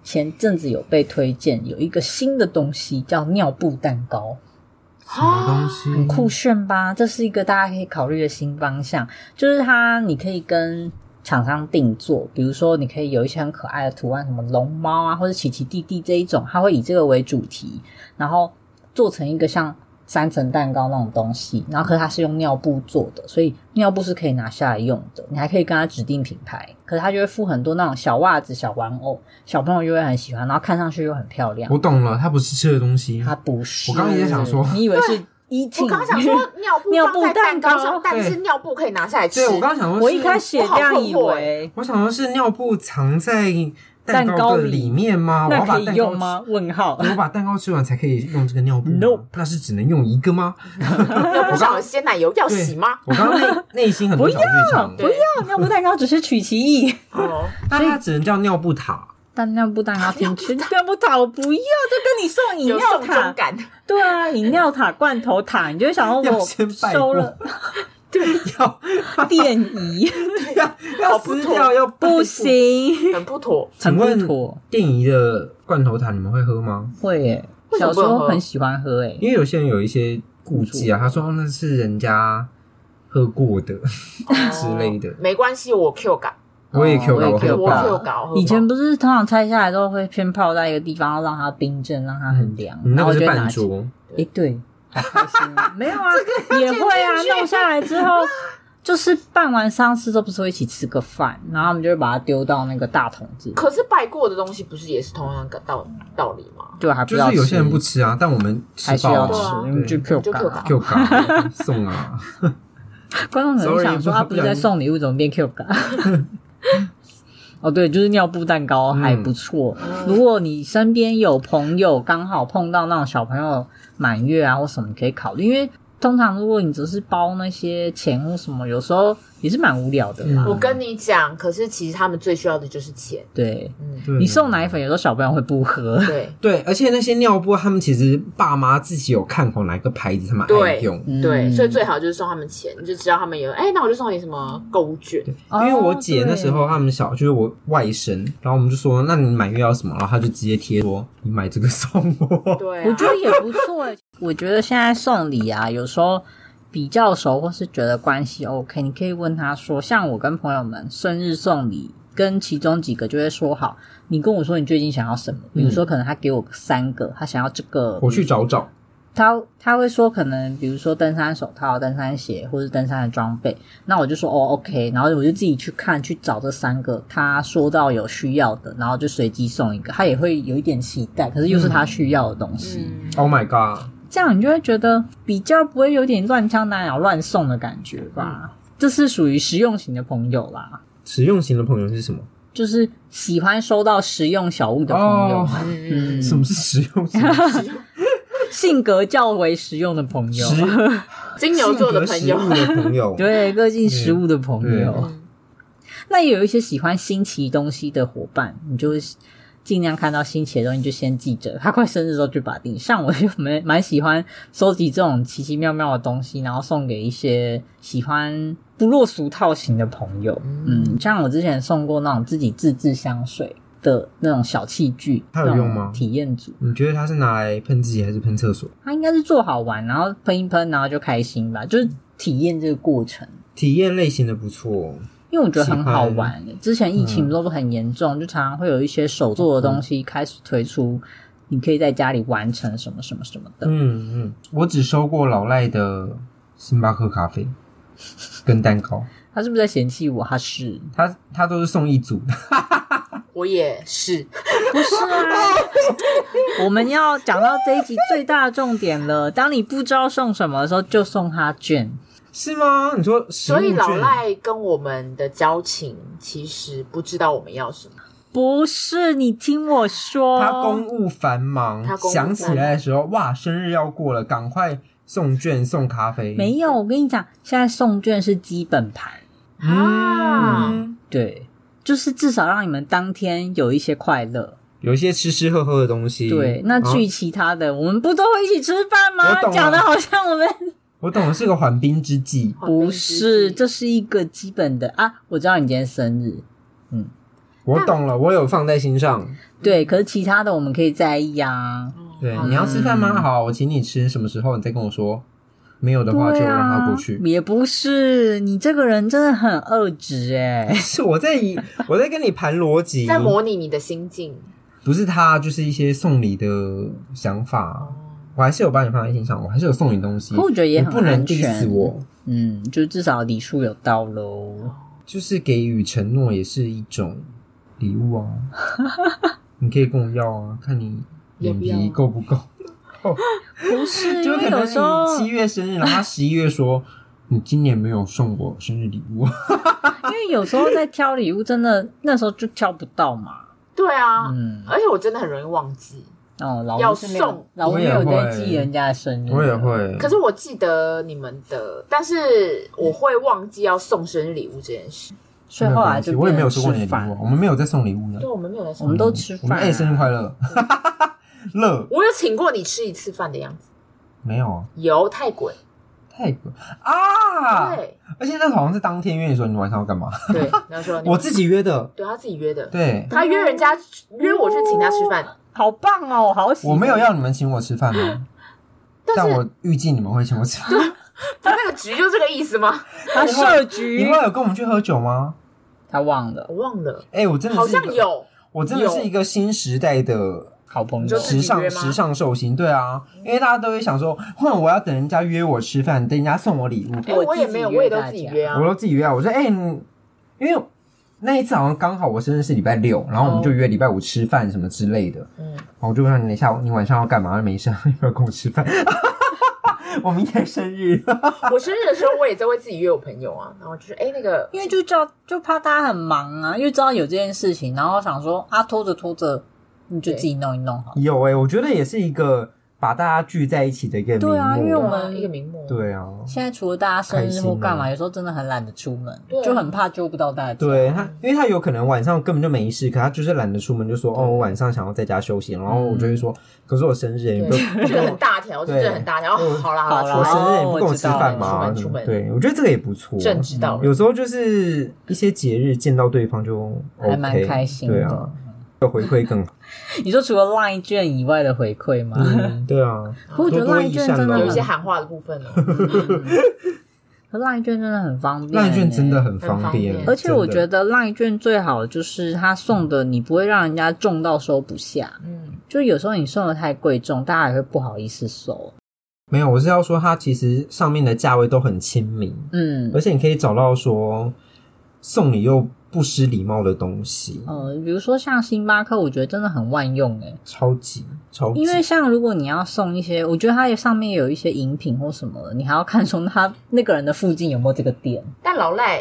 B: 前阵子有被推荐有一个新的东西叫尿布蛋糕，
A: 什么东西？
B: 啊很酷炫吧？这是一个大家可以考虑的新方向，就是它你可以跟厂商定做，比如说你可以有一些很可爱的图案，什么龙猫啊，或者奇奇弟弟这一种，它会以这个为主题，然后做成一个像三层蛋糕那种东西，然后可是它是用尿布做的，所以尿布是可以拿下来用的，你还可以跟它指定品牌，可是它就会附很多那种小袜子、小玩偶，小朋友就会很喜欢，然后看上去又很漂亮
A: 我。懂了，它不是吃的东西，
B: 它不是，
A: 我刚刚也想说
B: 你以为是一
C: 啊我刚刚想说尿布
B: 尿
C: 放
B: 布
C: 在蛋糕
B: 蛋
C: 上
B: 糕，
C: 但是
A: 对
C: 尿布可以拿下来吃
A: 对，。我刚刚想说是，
B: 我一开始也这样以
C: 我好困惑
B: 为，
A: 我想说是尿布藏在蛋
B: 蛋糕
A: 糕的
B: 里
A: 里面吗？我
B: 那
A: 要把
B: 可以
A: 蛋糕
B: 用吗？问号
A: 吃？。我嗯把蛋糕吃完才可以用这个尿布吗
B: Nope
A: 那是只能用一个吗？
C: 尿布上有鲜奶油，要
A: 对
C: 洗吗？
A: 我刚刚内 内心很多小剧场，
B: 不要尿布蛋糕，只是取 其意。
C: 哦，
A: 那它只能叫尿布塔。
B: 但尿布蛋糕挺 吃，尿布塔我不要，就跟你送饮
C: 有
B: 料
C: 送终
B: 塔。
C: 感。
B: 对啊，饮料塔、罐头塔，你就会想到
A: 要
B: 我
A: 先拜
B: 收
A: 过
B: 了
A: 要
B: 电仪，
A: 要
C: 好
A: 要
C: 不
A: 撕
C: 妥
A: 掉，要拜
B: 不
A: 过。
B: 行，
C: 很不妥。
B: 很
A: 请
B: 不
A: 问
B: 妥。
A: 电仪的罐头塔你们会喝吗？
B: 会耶，
C: 为什
B: 小
C: 么不
B: 时
C: 能喝
B: 候很喜欢喝诶。
A: 因为有些人有一些顾忌啊，他说哦那是人家喝过的 之类的。
C: 哦没关系，我 Q 感，
A: 我也
B: 哦
A: Q
B: 我也
A: 到，
B: Q
A: 很
B: 到
C: 我
A: 棒
C: Q 搞。
B: 以前不是通常拆下来都会先泡在一个地方，要让它冰镇，让它很凉，
A: 你嗯
B: 然
A: 那
B: 后
A: 个
B: 就是会拿
A: 半
B: 起
A: 桌，
B: 诶，对，好开心 啊！没有啊，也会啊，弄下来之后，就是办完丧事都不是会一起吃个饭，然后我们就会把它丢到那个大桶子，
C: 可是拜过的东西不是也是同样的道道理吗？
B: 就还不
A: 就
B: 要
A: 是
B: 吃，
A: 有些人不吃啊，但我们吃
B: 还是
A: 饱
B: 要
A: 了
B: 吃
C: 对
A: 啊，
C: 啊
B: 因为就 Q
C: 就 Q
B: 感。
A: Q 卡 送啊，
B: 观众可能
A: Sorry，
B: 想说，
A: 不
B: 他不是在送礼物，怎么变 Q 感？ 哦，对，就是尿布蛋
A: 嗯
B: 糕还不错。如果你身边有朋友刚好碰到那种小朋友满月啊或什么，你可以考虑，因为通常如果你只是包那些钱或什么，有时候也是蛮无聊的啦。
A: 嗯
C: 我跟你讲，可是其实他们最需要的就是钱。
B: 对
C: 嗯，
A: 对
B: 你送奶粉，有时候小朋友会不
A: 嗯
B: 喝。
C: 对
A: 对，而且那些尿布，他们其实爸妈自己有看好哪个牌子，他们爱
C: 对
A: 用。
C: 对，
B: 嗯
C: 所以最好就是送他们钱，你就知道他们有。哎，那我就送你什么购物券，
A: 因为我姐那时
B: 哦，
A: 候他们小，就是我外甥，然后我们就说，那你满月要什么？然后他就直接贴说，你买这个送我。
C: 对啊，
B: 对我觉得也不错欸。我觉得现在送礼啊，有时候比较熟或是觉得关系 OK，你可以问他说，像我跟朋友们生日送礼，跟其中几个就会说好，你跟我说你最近想要什么，比如说可能他给我三个，他想要这个，
A: 嗯我去找找。
B: 他他会说可能比如说登山手套、登山鞋或是登山的装备，那我就说哦 OK，然后我就自己去看去找这三个他说到有需要的，然后就随机送一个，他也会有一点期待，可是又是他需要的东西，
C: 嗯，
A: Oh my god！
B: 这样你就会觉得比较不会有点乱枪打鸟、乱送的感觉
A: 嗯
B: 吧。这是属于实用型的朋友啦，
A: 实用型的朋友是什么？
B: 就是喜欢收到实用小物的朋友
A: 哦，
C: 嗯
B: 嗯，
A: 什么是实用型？
B: 性格较为实用的朋友，，
A: 实
C: 金牛座的朋
A: 性格
C: 友
A: 实，务的朋友
B: 对个性实物的朋友。
A: 嗯
C: 嗯
B: 那也有一些喜欢新奇东西的伙伴，你就尽量看到新奇的东西就先记着，他快生日的时候就把它定。像我就蛮蛮喜欢收集这种奇奇妙妙的东西，然后送给一些喜欢不落俗套型的朋友。嗯，像我之前送过那种自己自制香水的那种小器具，
A: 它有用吗
B: 那种体验组，
A: 你觉得他是拿来喷自己还是喷厕所？
B: 它应该是做好玩，然后喷一喷，然后就开心吧，就是体验这个过程。
A: 体验类型的不错，
B: 因为我觉得很好玩。之前疫
A: 嗯
B: 情都很严重，就常常会有一些手做的东西开始推出，你可以在家里完成什么什么什么的。
A: 嗯嗯，我只收过老赖的星巴克咖啡跟蛋糕，
B: 他是不是在嫌弃我？他是
A: 他他都是送一组的，
C: 我也是，
B: 不 是啊？我们要讲到这一集最大的重点了。当你不知道送什么的时候，就送他券。
A: 是吗？你说食物
C: 所以老
A: 券
C: 赖跟我们的交情其实不知道我们要什么，
B: 不是，你听我说，
A: 他公务繁忙
C: 他，公务繁忙
A: 想起来的时候，哇，生日要过了，赶快送券送咖啡，
B: 没有。我跟你讲，现在送券是基本盘。
C: 啊，
A: 嗯，
B: 对，就是至少让你们当天有一些快乐。
A: 有一些吃吃喝喝的东西，
B: 对，那至于
A: 啊
B: 其他的，我们不都会一起吃饭
A: 我
B: 吗？
A: 懂了
B: 讲的好像我们
A: 我懂了，是个缓兵之计，
B: 不是，这是一个基本的啊。我知道你今天生日，
A: 我懂了，我有放在心上。
B: 对，可是其他的我们可以在意啊。
A: 对，
C: 好
A: 你要吃饭吗？
B: 嗯
A: 好，我请你吃，什么时候你再跟我说。没有的话就
B: 对啊
A: 让他过去。
B: 也不是你这个人真的很恶质哎、
A: 是我在 以我在跟你盘逻辑，
C: 在模拟你的心境。
A: 不是他，就是一些送礼的想法。我还是有把你放在心上，我还是有送你东西。
B: 可我觉得也
A: 你
B: 很
A: 不能
B: 安全
A: diss 我，
B: 嗯，就至少礼数有到喽。
A: 就是给予承诺也是一种礼物 啊。你可以跟我要啊，看你
C: 要
A: 脸
C: 不要
A: 皮够不够。
B: 不 是，因
A: 就
B: 为
A: 可
B: 有
A: 能
B: 时候
A: 你七月生日，然后他十一月说你今年没有送我生日礼物，
B: 因为有时候在挑礼物，真的那时候就挑不到嘛。
C: 对啊，
B: 嗯，
C: 而且我真的很容易忘记。
B: 哦，老
C: 要
B: 吴是没有
C: 送，
B: 老吴
A: 我
B: 没
A: 也
B: 有在
A: 会
B: 记人家的生日，
A: 我也。会。
C: 可是我记得你们的，但是我会忘记要送生日礼物这件事。
B: 所以后来就
A: 没有关系我也没有收
B: 吃
A: 过你的
B: 饭
A: 礼物啊，我们没有在送礼物的
C: 对，，我们没有来
B: 我
C: 送
B: 们，都吃
A: 我们
B: 饭、啊。
A: 哎生日快乐，乐
C: 我有请过你吃一次饭的样子，
A: 没有啊？
C: 有泰国，
A: 泰国啊，
C: 对
A: 而且那个好像是当天约你说你晚上要干嘛，
B: 啊
C: 对，然后说
A: 我自己约的，
C: 对他自己约的，
A: 对，
C: 他约人家约我去请他吃饭，
B: 好棒哦，好喜欢
A: 我没有要你们请我吃饭吗？但
C: 但是
A: 我预计你们会请我吃饭，
C: 他那个局就这个意思吗？
B: 他设
A: 你
B: 局
A: 后，来有跟我们去喝酒吗？
B: 他忘了
C: 我忘了，
A: 哎，我真的
C: 好
A: 是一个
C: 像，有，
A: 我真的是
C: 有
A: 一个新时代的
B: 好朋
C: 你
B: 友
C: 就。自己约
A: 时尚
C: 吗
A: 时尚寿星，对啊，因为大家都会想说，哼，我要等人家约我吃饭，等人家送我礼物，
C: 哎，
B: 我
C: 我也
B: 自己
C: 没有，
B: 约
C: 我也都
B: 大
C: 自己
B: 家
C: 约啊
A: 我，都自己约啊。我说，哎、你因为那一次好像刚好我生日是礼拜六，然后我们就约礼拜五吃饭什么之类的。
C: 嗯，
A: 然后我就问他，你下午你晚上要干嘛？没事，要不要跟我吃饭？ 我明天生日，
C: 我生日的时候我也都会自己约我朋友啊，然后就是哎那个
B: 因为就叫就怕大家很忙啊，因为知道有这件事情，然后想说啊，拖着拖着，你就自己弄一弄好了。
A: 有哎、我觉得也是一个把大家聚在一起的一个名目。
B: 对啊因为我们
C: 一个名目，
A: 对啊，
B: 现在除了大家生日或
A: 开
B: 干
A: 心
B: 嘛，
A: 啊
B: 有时候真的很懒得出门
C: 对，啊
B: 就很怕揪不到大家。
A: 对他，因为他有可能晚上根本就没事，可他就是懒得出门，就说哦，我晚上想要在家休息。然后我就会说，可是我生日，你不嗯
C: 对，这个很大条，这真的很大条。哦好啦好
A: 我
B: 好
C: 啦，
B: 啦
C: 出
A: 生
C: 门
A: 日你不跟我吃饭
C: 哦
A: 吗
C: 我知道了出门出？门
A: 对，我觉得这个也不错。啊
C: 正知道了
A: 有时候就是一些节日见到对方就 OK，
B: 还蛮开心的
A: 对啊，的回馈更好。
B: 你说除了 Line 券以外的回馈吗？
A: 嗯， 对啊，
B: 我觉得
A: 多多
B: LINE
A: 益
B: 券
A: 善
B: 真的
A: 吧
C: 有一
B: 很
C: 些喊话的部分 哦。
B: 可 Line 券真的很方便、欸，
A: 烂券真的很方便
C: 很方便，
B: 而且我觉
A: 得
B: 得浪券最好就是它送的，你不会让人家中到收不下。
C: 嗯，
B: 就有时候你送的太贵重，大家也会不好意思收。
A: 没有，我是要说它其实上面的价位都很亲民，
B: 嗯，
A: 而且你可以找到说送你又不失礼貌的东西，
B: 呃，比如说像星巴克，我觉得真的很万用诶、
A: 超级超级
B: 因。为像如果你要送一些，我觉得它也上面有一些饮品或什么的，你还要看从他那个人的附近有没有这个店。
C: 但老赖，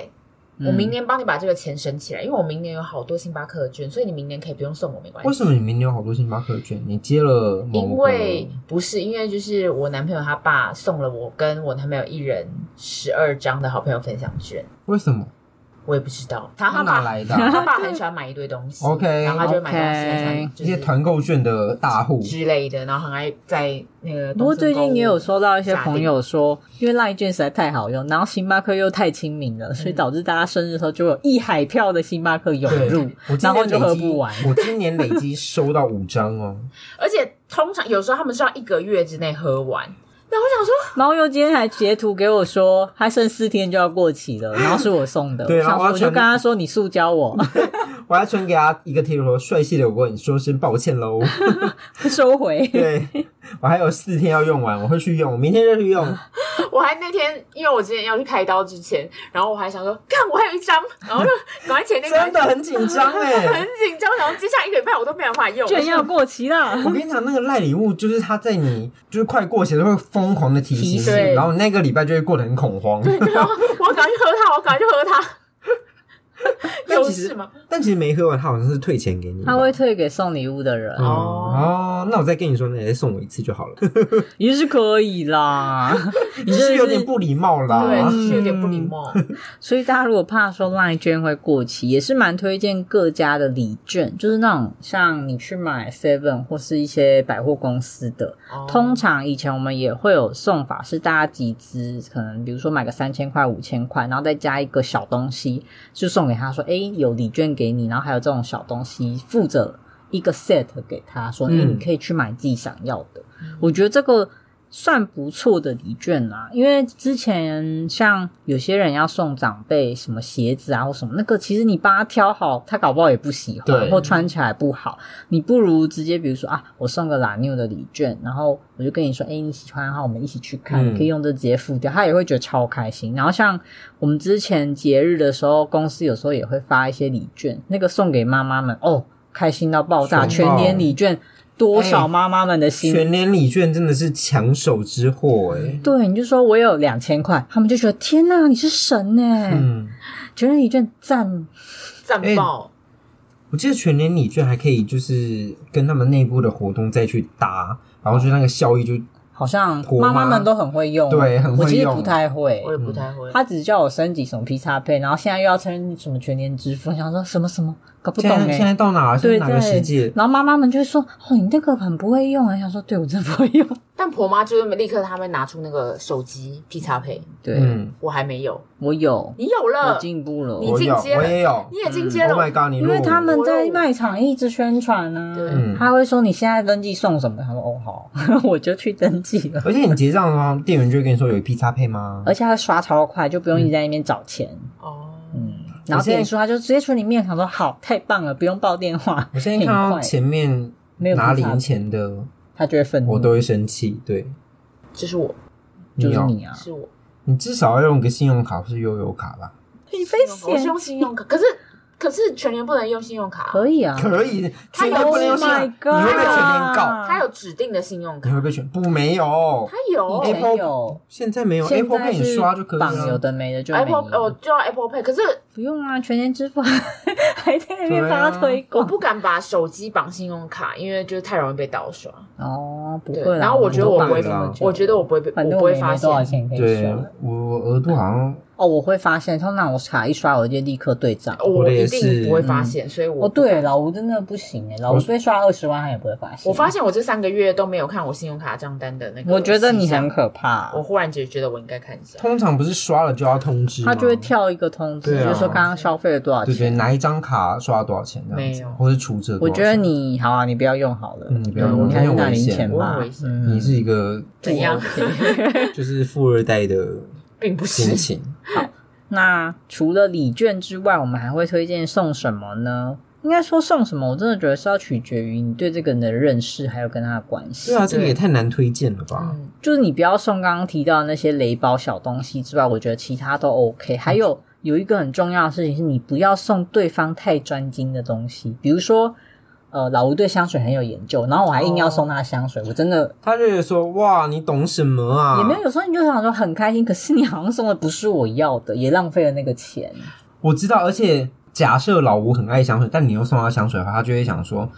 B: 嗯
C: 我明年帮你把这个钱省起来，因为我明年有好多星巴克的券，所以你明年可以不用送我，没关系。
A: 为什么你明年有好多星巴克的券？你接了某个
C: 因为不是因为就是我男朋友他爸送了我跟我男朋友一人十二张的好朋友分享券，
A: 为什么？
C: 我也不知道，他
A: 他
C: 他
A: 哪
C: 爸
A: 来的 啊、
C: 他爸很喜欢买一堆东西
A: OK，
C: 然后他就会买东西
B: OK
C: 很喜欢就
A: 这
C: 是
A: 些团购券的大户，
C: 之类的，然后很爱在那个。
B: 不过最近也有收到一些朋，友说，因为赖券实在太好用，然后星巴克又太亲民了，
A: 嗯
B: 所以导致大家生日的时候就有一海票的星巴克涌
A: 对
B: 入，
A: 我今
B: 然后
A: 年
B: 就
A: 累
B: 喝
A: 积
B: 不完。
A: 我今年累积收到五张 哦，
C: 而且通常有时候他们是要一个月之内喝完。那我想说，
B: 猫又今天还截图给我说，还剩四天就要过期了，然后是我送的。
A: 对
B: 我想
A: 然后我
B: 说
A: 要
B: 我就
A: 传
B: 跟他说你塑胶我
A: 我还传给他一个贴图说：“帅气的我跟你说声抱歉 喽。
B: 收回”。
A: 对，我还有四天要用完，我会去用，我明天就去用。
C: 我还那天因为我今天要去开刀之前，然后我还想说，看我还有一张，然后就 赶快前天
A: 真的很紧张
C: 很
A: 哎！
C: 紧张，然后接下来一个礼拜我都没有办法用，
B: 券要过期啦！
A: 我跟你讲，那个赖礼物就是他在你就是快过期的时候会疯狂的提
B: 提
A: 醒
C: 示
A: 你，然后那个礼拜就会过得很恐慌。
C: 然后我要赶快去喝它，我要赶快去喝它。
A: 但
C: 有
A: 其实
C: 事吗？
A: 但其实没喝完，他好像是退钱给你吧。
B: 他会退给送礼物的人，
A: 嗯
C: 哦
A: 哦，那我再跟你说，那你再送我一次就好 了。
B: 也是可以啦。
A: 只是有点不礼貌啦。
C: 对，就是有点不礼貌。
B: 所以大家如果怕说赖券会过期，也是蛮推荐各家的礼券，就是那种像你去买 Seven 或是一些百货公司的，
C: 哦
B: 通常以前我们也会有送法，是大家集资，可能比如说买个三千块、五千块，然后再加一个小东西，就送给他说，诶，有礼券给你，然后还有这种小东西附着一个 set 给他说，
A: 嗯
B: 嗯，你可以去买自己想要的。我觉得这个算不错的礼券啦、因为之前像有些人要送长辈什么鞋子啊或什么，那个其实你帮他挑好，他搞不好也不喜
A: 对
B: 欢，或穿起来不好，你不如直接比如说啊，我送个拉妞的礼券，然后我就跟你说，哎、你喜欢的话，我们一起去看，
A: 嗯
B: 可以用这直接付掉，他也会觉得超开心。然后像我们之前节日的时候，公司有时候也会发一些礼券，那个送给妈妈们哦，开心到爆炸，
A: 爽
B: 全
A: 爆哎
B: 年礼券。多少妈妈们的心
A: 全年礼券真的是抢手之货哎、
B: 对，你就说我有两千块，他们就觉得天哪，你是神呢！
A: 嗯，
B: 觉得你券赞，
C: 赞爆，
A: 我记得全年礼券还可以就是跟他们内部的活动再去搭，然后就那个效益就
B: 好像
A: 婆妈
B: 妈妈们都很会用，
A: 对很会
B: 我其实
A: 用
B: 不太会
C: 我，也不太会。
B: 他只叫我升级什么 P 叉配，然后现在又要升什么全年支付，想说什么什么搞不
A: 现
B: 懂
A: 在现
B: 哎。
A: 在到哪了？是
B: 对
A: 哪个世界
B: 对，？然后妈妈们就会说：“哦，你那个很不会用啊。”想说：“对我真的不会用。
C: 但婆妈就是立刻他们拿出那个手机 P 叉配，
B: 对”
A: 嗯，
C: 我还没有，
B: 我有，
C: 你有
B: 我
C: 了，
B: 进步了，
C: 你
A: 我
C: 进
A: 有，
C: 阶了
A: 我也有。
C: 你也进阶了
A: Oh my god！你
B: 因为他们在卖场一直宣传
C: 对
B: 啊，
A: 嗯
B: 他会说：“你现在登记送什么？”他说：“哦，好， 我就去登记了。”
A: 而且你结账的话，店员就会跟你说有一批搭配吗？
B: 而且他刷超快，就不用一直在那边找钱。
C: 哦，
B: 嗯，然后
A: 现在
B: 点数他就直接存你面，想说好，太棒了，不用报电话。
A: 我现在看
B: 很
A: 到
B: 快
A: 前面
B: 没有
A: 拿
B: 披萨
A: 零钱的，
B: 他就会愤怒，
A: 我都会生气。对，
C: 这是我，
B: 就是
A: 要
B: 你啊，
C: 是我，
A: 你至少要用个信用卡或是悠游卡吧？
B: 你非
C: 我是用信用卡，可是可是全年不能用信用卡，
B: 可以啊。
A: 可以，
C: 他
A: 现
C: 有
A: 在不能用信用卡，
B: Oh
A: 你
B: my god
A: 会被全年
B: 啊
A: 告，
C: 他有指定的信用
A: 你
C: 卡，
A: 会被全不没有
C: 他。有哎
B: 以前
A: Apple-
C: 哦
B: 有
A: 现在没有
B: 现
A: Apple
B: 在
A: Pay 你
B: 是
A: 刷就可以
B: 绑有
A: 了。
B: 的没的就没
C: Apple，我哦
B: 了，
C: 就要 Apple Pay，可是
B: 不用啊， 全年支付还在那边帮他推
C: 我
B: 广。
C: 不敢把手机绑信用卡，因对因为就是太容易被盗刷。
B: 哦，不
C: 啊对
B: 会啦。
C: 然后我觉得
B: 都
C: 我
B: 绑
C: 不会
B: 这么久
C: 我觉得我不会被，
B: 反正
C: 不
B: 我
C: 会
B: 也
C: 发
B: 没
C: 现
B: 多。少钱可以
A: 对
B: 刷。
A: 我额度好像
B: 哦，我会发现，通常我卡一刷，我就立刻对账。
A: 我
C: 我
A: 的也
C: 一
A: 是嗯
C: 定不会发现，所以哦我
B: 哦，
C: 不敢
B: 对，老吴真的不行哎，老吴被刷二十万，他也不会发现。
C: 我发现我这三个月都没有看我信用卡账单的那个，
B: 我觉得你很，可怕啊
C: 我，忽然觉觉得我应该看一下。
A: 通常不是刷了就要通知吗，
B: 他就会跳一个通知，
A: 对啊
B: 就说刚刚消费了多少
A: 对对，
B: 钱。
A: 哪一张卡刷了多少钱这样子
C: 没有，
A: 或是储值了多
B: 我
A: 少
B: 觉
A: 钱。
B: 得你好啊，你不要用好了，
A: 嗯你不要用
B: 你还是
A: 我觉得
B: 拿
A: 很危
B: 零
A: 险
B: 钱
C: 我
B: 吧
C: 很危。险
B: 嗯
A: 你是一个
C: 怎
B: 啊
C: 样？
A: 就是富二代的
C: 并不
A: 心
C: 是，
A: 情，
B: 那除了礼券之外，我们还会推荐送什么呢？应该说送什么，我真的觉得是要取决于你对这个人的认识，还有跟他的关系。
A: 对啊，这个也太难推荐了吧？
C: 嗯，
B: 就是你不要送刚刚提到的那些雷包小东西之外，我觉得其他都 OK。还
A: 嗯
B: 有有一个很重要的事情是，你不要送对方太专精的东西，比如说，呃，老吴对香水很有研究，然后我还硬要送他香水，我真的
A: 他就觉得说：“哇，你懂什么啊？”
B: 也没有。有时候你就想说很开心，可是你好像送的不是我要的，也浪费了那个钱。
A: 我知道，而且假设老吴很爱香水，但你又送他香水的话，他就会想说，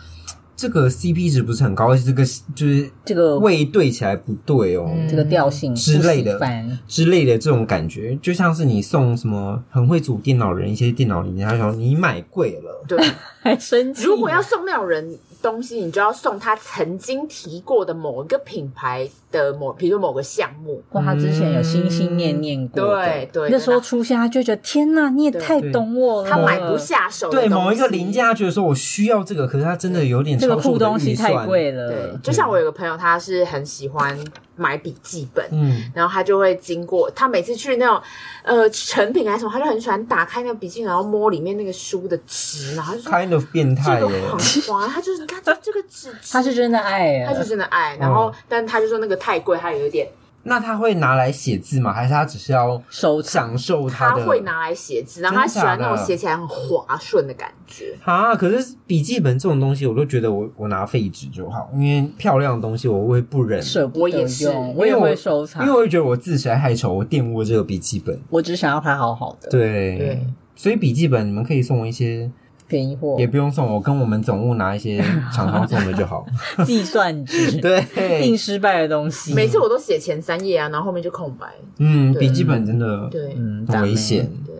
A: 这个 CP 值不是很高，而且这个就是
B: 这个
A: 味对起来不对哦、
C: 嗯
B: 这个调性
A: 之类的
B: 不喜欢
A: 之类的这种感觉，就像是你送什么很会组电脑人一些电脑零件，他就说你买贵了，
C: 对。
B: 还生气。
C: 如果要送那种人东西，你就要送他曾经提过的某一个品牌的某，比如说某个项目。
B: 哇，他之前有心心念念过的，
C: 嗯对对
B: 那时候出现，他就觉得天呐，你也太懂我了，
C: 他买不下手的
A: 对
C: 东西
A: 某一个零件，。他觉得说我需要这个，可是他真的有点
B: 这个
A: 超出
B: 酷
A: 我的
B: 东西
A: 预算
B: 太贵
C: 对
B: 了，，
C: 就像我有个朋友，他是很喜欢买笔记本，
A: 嗯，
C: 然后他就会经过，他每次去那种呃成品还是什么，他就很喜欢打开那个笔记，然后摸里面那个书的纸，然后他就说
A: kind of 变
C: 这
A: 态
C: 个
A: 耶。
C: 很滑，他就是你看这这个纸，
B: 他是真的爱啊耶
C: 他就真的爱，然后但他就说那个太贵，他有一点，
A: 那他会拿来写字吗？还是他只是要
B: 收藏。
A: 享受
C: 他
A: 的？
C: 会拿来写字，然后他喜欢那
A: 真的假
C: 种
A: 的
C: 写起来很滑顺的感觉。
A: 啊，可是笔记本这种东西，我都觉得我我拿废纸就好，因为漂亮的东西我会不忍，
B: 舍不
C: 我
B: 得
C: 也是
B: 用，我也
A: 因为我
B: 会收
A: 因为
B: 藏。
A: 我会觉得我字实在太丑，我玷污了这个笔记本。
B: 我只想要它好好的，
A: 对，
C: 对
A: 所以笔记本你们可以送我一些，
B: 便宜货
A: 也不用 送我，跟我们总务拿一 些厂商送的就好。
B: 计算纸，
A: 对，
B: 定失败的东西。
C: 每次我都写前三页啊，然后后面就空白。
A: 嗯，
C: 对
A: 笔记本真的
C: 对，
B: 嗯，
A: 很危
B: 大
A: 险
B: 妹。，
C: 对。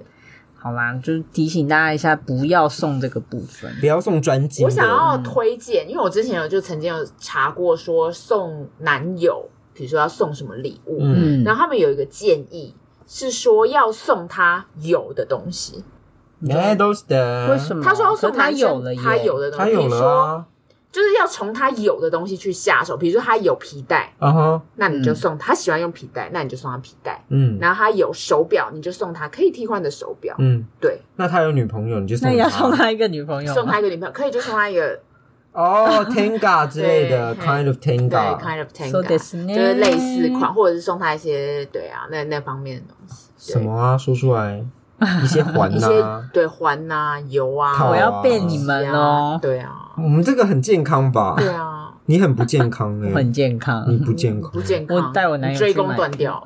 B: 好啦，就是提醒大家一下，不要送这个部分。
C: 嗯
A: 不要送专辑。
C: 我想要推荐，因为我之前有就曾经有查过，说送男友，比如说要送什么礼物，
A: 嗯
B: 嗯，
C: 然后他们有一个建议是说要送他有的东西。
A: medals 哎的，
B: 为什么？
C: 他说要
B: 可
C: 送
B: 是他
C: 男生
B: 有了耶，
C: 他有的东
A: 他
C: 西，比
A: 有
C: 如
A: 了
C: 说
A: 啊？
C: 就是要从他有的东西去下手，比如说他有皮带，
A: 啊哈，
C: 那你就
B: 嗯
C: 送他喜欢用皮带，那你就送他皮带。
A: 嗯
C: 然后他有手表，你就送他可以替换的手表。
A: 嗯，
C: 对，
A: 那他有女朋友你就送
B: 那
A: 他
B: 也要送他一个女朋友吗，
C: 送他一个女朋友，可以就送他一个
A: 哦，Tenga 之类 的
C: 对
A: ，kind of
C: 对
A: Tenga。
C: kind of t a n
B: So
C: g
B: です
C: 就
B: ね
C: 是类似款，或者是送他一些对啊那那方面的东西，对
A: 什么啊？说出来，一些环啊
C: 一些
A: 呐、
C: 对环呐、油啊、
A: 套
B: 我
A: 啊
B: 要变你们哦，
C: 对啊，
A: 我们这个很健康吧？
C: 对啊，
A: 你很不健康哎、
B: 很健康。
A: 你不健康。
C: 不健康。
B: 我带我男友
C: 追
B: 去买
C: 工断掉，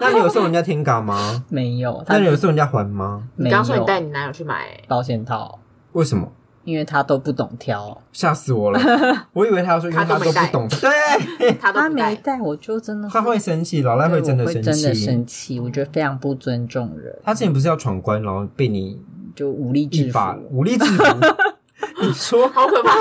A: 那你有送人家天 嘎吗？
B: 没有，他
A: 那你有送人家环吗？
C: 你
B: 没
C: 刚
B: 有
C: 刚说你带你男友去买，
B: 保险套，
A: 为什么？
B: 因为他都不懂挑，
A: 吓死我了！ 我以为他要说，因
C: 他
A: 为
C: 都
A: 他都
C: 没
A: 不
C: 带
A: 懂，对，
C: 他都
B: 他
C: 不
B: 没
C: 带。
B: 带我就真的
A: 他会生气，老赖会真的
B: 对
A: 生
B: 我真的
A: 气。
B: 生气，我觉得非常不尊重人，
A: 他之前不是要闯关，然后被你
B: 就武力
A: 一
B: 制服。
A: 把武力制服， 你说
C: 好可怕！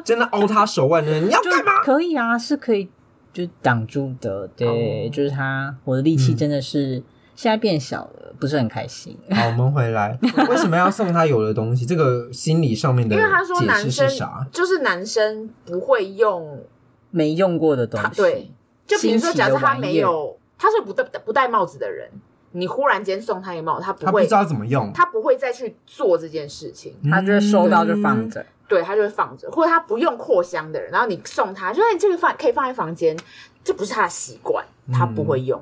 A: 真的凹他手腕的，你要
B: 就
A: 干嘛？
B: 可以啊，是可以就挡住的。对，
C: 哦
B: 就是他，我的力气
A: 嗯
B: 真的是、现在变小了，不是很开心。
A: 好，我们回来，为什么要送他有的东西？这个心理上面的
C: 因为他说
A: 解
C: 男
A: 释
C: 生
A: 是啥？
C: 就是男生不会用，
B: 没用过的东
C: 他
B: 西，
C: 对，就比如说
B: 新奇的
C: 假设他
B: 玩意儿
C: 没有，他是不戴不戴帽子的人，你忽然间送他一个帽子，他不
A: 他不
C: 会
A: 知道怎么用，
C: 他不会再去做这件事情，
B: 他就会收到就放着。
C: 对他就会放着，或者他不用扩香的人，然后你送他，就说哎你这个放可以放在房间，这不是他的习惯，他不
B: 嗯
C: 会用。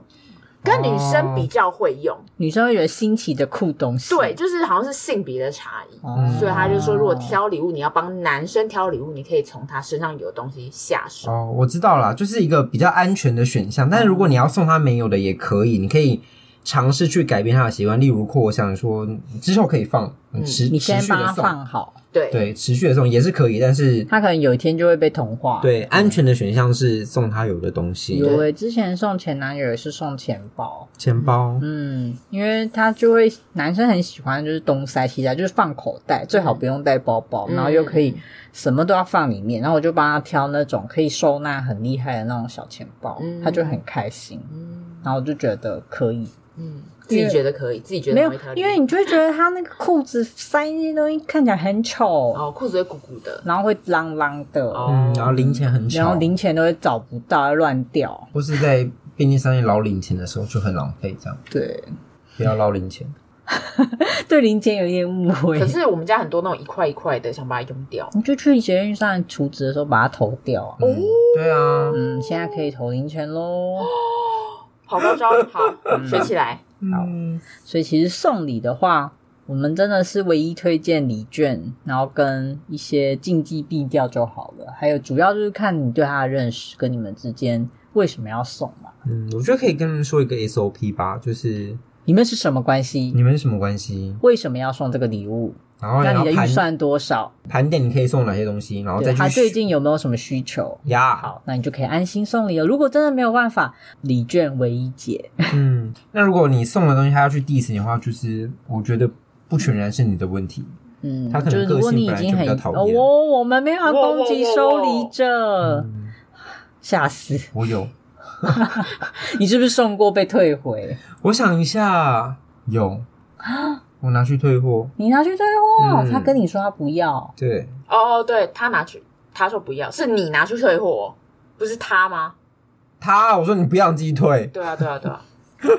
C: 跟女生
B: 哦
C: 比较会用，
B: 女生会觉得新奇的酷东西，
C: 对，，就是好像是性别的差异，
B: 哦
C: 所以他就说，如果挑礼物，你要帮男生挑礼物，你可以从他身上有的东西下手。
A: 哦，我知道了，就是一个比较安全的选项。但是如果你要送他没有的也可以，你可以尝试去改变他的习惯，例如扩香，说之后可以放，嗯持
B: 你
A: 持
B: 先
A: 续
B: 帮
A: 的
B: 他
A: 送，
B: 放好，
C: 对，
A: 对，持续的送也是可以，但是
B: 他可能有一天就会被同化。，
A: 对安全的选项是送他有的东西，
B: 有欸诶、之前送前男友也是送钱包，
A: 钱包，
B: 嗯，因为他就会男生很喜欢就是东塞西塞，就是放口袋，最好不用带包包，
C: 嗯
B: 然后又可以什么都要放里面，然后我就帮他挑那种可以收纳很厉害的那种小钱包，
C: 嗯
B: 他就很开心，
C: 嗯
B: 然后我就觉得可以，
C: 嗯，自己觉得可以，自己觉得
B: 没有
C: 很会挑，
B: 因为你就会觉得他那个裤子塞那些东西看起来很丑，
C: 哦裤子会鼓鼓的，
B: 然后会啷啷的，
C: 哦
A: 嗯，然后零钱很
B: 然
A: 少，
B: 后零钱都会找不到，乱掉。
A: 或是在便利商店捞零钱的时候就很浪费，这样
B: 对，
A: 不要捞零钱。
B: 对零钱有一点误会
C: 可。是我们家很多那种一块一块的，想把它用掉。
B: 你就去捷运上储值的时候把它投掉啊。
A: 嗯，对啊，
B: 嗯，现在可以投零钱喽。
C: 好高 招，好学起来。
A: 嗯，
B: 所以其实送礼的话，我们真的是唯一推荐礼券，然后跟一些禁忌避掉就好了。还有主要就是看你对他的认识跟你们之间为什么要送嘛，
A: 嗯，我觉得可以跟他们说一个 SOP 吧，就是
B: 你们是什么关系
A: 你，们什么关系，
B: 为什么要送这个礼物，
A: 然后
B: 那
A: 然
B: 你
A: 后
B: 的预
A: 盘
B: 算多少，
A: 盘点你可以送哪些东西，然后再
B: 对
A: 去
B: 他最近有没有什么需求。
A: 呀，
B: 好，那你就可以安心送礼了。如果真的没有办法，礼券唯一解。
A: 嗯，那如果你送的东西他要去 diss 你的话，就是我觉得不全然是你的问题，
B: 嗯，
A: 他可能
B: 就是如果你已经
A: 个性本来
B: 很
A: 就比较
B: 哦，
A: 讨厌
B: 我我们没有要攻击收礼者，
A: 嗯，
B: 吓死！
A: 我有，
B: 你是不是送过被退回？
A: 我想一下，有，
B: 啊
A: 我拿去退货，
B: 你拿去退货，
A: 嗯
B: 他跟你说他不要，
A: 对，
C: 哦哦，对他拿去，他说不要，是你拿去退货，不是他吗？
A: 他我说你不要你自己退，
C: 对啊，对啊，对啊。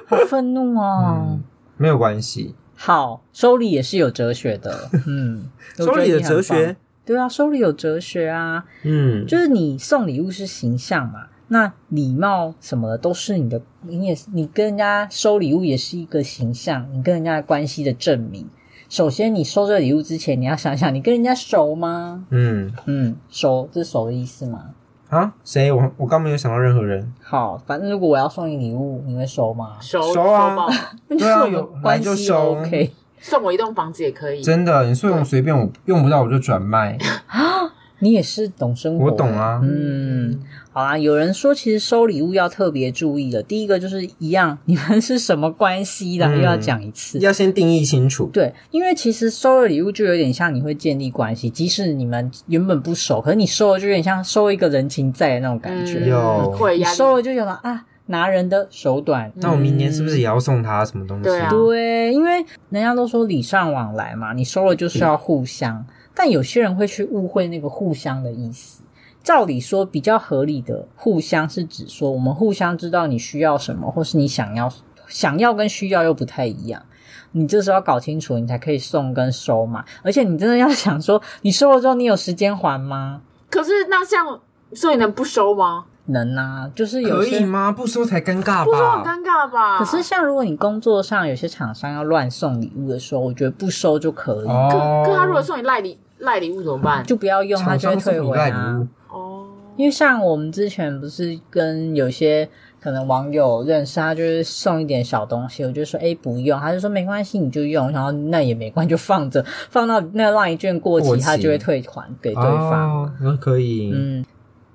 B: 好愤怒哦
A: 嗯。，没有关系，
B: 好，收礼也是有哲学的， 嗯，我觉
A: 收
B: 得
A: 礼
B: 你
A: 的
B: 很
A: 哲
B: 棒
A: 学，，
B: 对啊，收礼有哲学啊，
A: 嗯，
B: 就是你送礼物是形象嘛，那礼貌什么的都是你的，你也是你跟人家收礼物也是一个形象，你跟人家的关系的证明。首先，你收这个礼物之前，你要想想你跟人家熟吗？
A: 嗯
B: 嗯，熟，这是熟的意思吗？
A: 啊，谁？我我刚没有想到任何人，
B: 好，反正如果我要送你礼物，你会收吗？
C: 收
A: 收啊
C: 爆，
A: 啊
B: 那就是我
A: 有
B: 们
A: 来
B: 关
A: 就啊
B: 系
A: 收
B: OK，
C: 送我一栋房子也可以。
A: 真的，你说用随便我用不到我就转卖，
B: 你也是懂生活，
A: 我懂。啊，
B: 嗯，好啦，有人说其实收礼物要特别注意的，第一个就是一样，你们是什么关系啦，
A: 嗯
B: 又要讲一次。
A: 要先定义清楚，
B: 对，因为其实收了礼物就有点像你会建立关系，即使你们原本不熟，可是你收了就有点像收一个人情债的那种感觉。
A: 嗯有
C: 会
B: 你
C: 压
B: 收
C: 力。
B: 了就有了啊，拿人的手短。
A: 那我明年是不是也要送他什么东西？
C: 对啊
B: 对，因为人家都说礼尚往来嘛，你收了就是要互相，但有些人会去误会那个互相的意思。照理说，比较合理的互相是指说我们互相知道你需要什么，或是你想要想要跟需要又不太一样。你这时候要搞清楚，你才可以送跟收嘛。而且你真的要想说，你收了之后，你有时间还吗？
C: 可是那像，所以能不收吗？
B: 能啊，就是有
A: 可
B: 些
A: 以吗？不收才尴尬
C: 不收很
A: 吧？
C: 尴尬吧？
B: 可是，像如果你工作上有些厂商要乱送礼物的时候，我觉得不收就可以，
C: 可可他如果
A: 哦，
C: 送你赖礼赖礼物怎么办？
B: 就不要用，他
A: 厂
B: 就会
A: 商送
B: 退
A: 你
B: 回
A: 赖礼
B: 啊
A: 物。，
C: 哦，
B: 因为像我们之前不是跟有些可能网友认识，他就是送一点小东西，我就说哎不用，他就说没关系你就用，然后那也没关系就放着，放到那让一卷过期，
A: 过期
B: 他就会退还给对方。
A: 哦，那可以，
B: 嗯，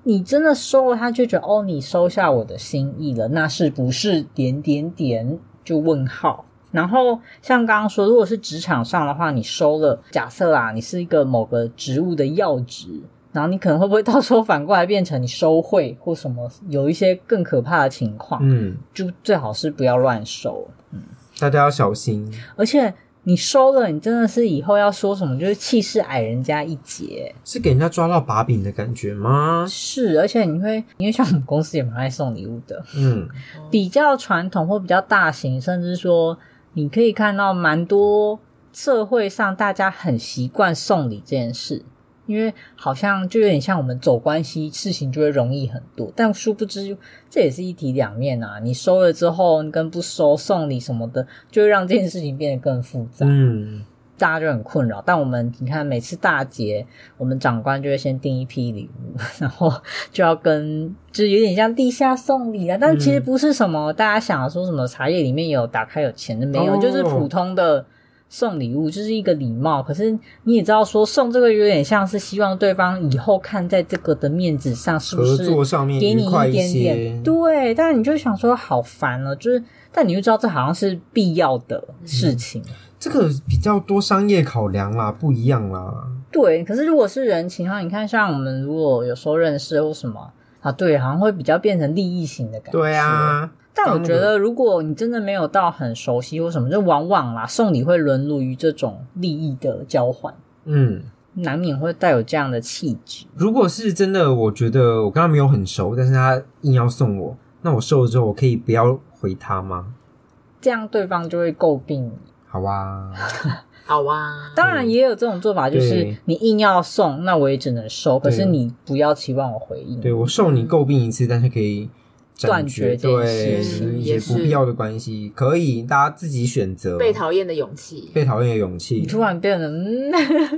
B: 你真的收了，他就觉得哦，你收下我的心意了，那是不是点点点就问号？然后像刚刚说，如果是职场上的话，你收了，假设啊，你是一个某个职务的要职，然后你可能会不会到时候反过来变成你收贿或什么，有一些更可怕的情况，
A: 嗯，
B: 就最好是不要乱收。
A: 大家要小心，
B: 而且你收了，你真的是以后要说什么，就是气势矮人家一截。
A: 是给人家抓到把柄的感觉吗？
B: 是，而且你会，因为像我们公司也蛮爱送礼物的，
A: 嗯，
B: 比较传统或比较大型，甚至说你可以看到蛮多社会上大家很习惯送礼这件事，因为好像就有点像我们走关系，事情就会容易很多。但殊不知，这也是一体两面啊！你收了之后跟不收送礼什么的，就会让这件事情变得更复杂。
A: 嗯，
B: 大家就很困扰。但我们你看，每次大节，我们长官就会先订一批礼物， 然后就要跟，就是有点像地下送礼啊。但其实不是什么、大家想的说什么茶叶里面有打开有钱的没有，
A: 嗯哦
B: 就是普通的送礼物就是一个礼貌，可是你也知道说送这个有点像是希望对方以后看在这个的面子上是不
A: 合
B: 是
A: 作上面
B: 给你
A: 愉快
B: 一点
A: 些
B: 点，。对，但你就想说好烦哦，就是，但你就知道这好像是必要的
A: 嗯
B: 事情，
A: 这个比较多商业考量啦，不一样啦。
B: 对。可是如果是人情的话，你看像我们如果有时候认识或什么啊，对，好像会比较变成利益型的感觉。
A: 对啊，
B: 但我
A: 当
B: 觉得，如果你真的没有到很熟悉或什么，就往往啦，送礼会沦落于这种利益的交换，
A: 嗯，
B: 难免会带有这样的气质。
A: 如果是真的，我觉得我跟他没有很熟，但是他硬要送我，那我收了之后，我可以不要回他吗？
B: 这样对方就会诟病你。
A: 好啊，
C: 好啊，
B: 当然也有这种做法，就是
A: 对
B: 你硬要送，那我也只能收，可是
A: 对
B: 你不要期望我回应。
A: 对我受你诟病一次，但是可以
B: 断
A: 斩
B: 绝
A: 绝
B: 这件
A: 对
C: 事
A: 就是一
C: 也
A: 些
C: 是
A: 不必要的关系，可以大家自己选择
C: 被讨厌的勇气，
A: 被讨厌的勇气
B: 你。突然变得嗯，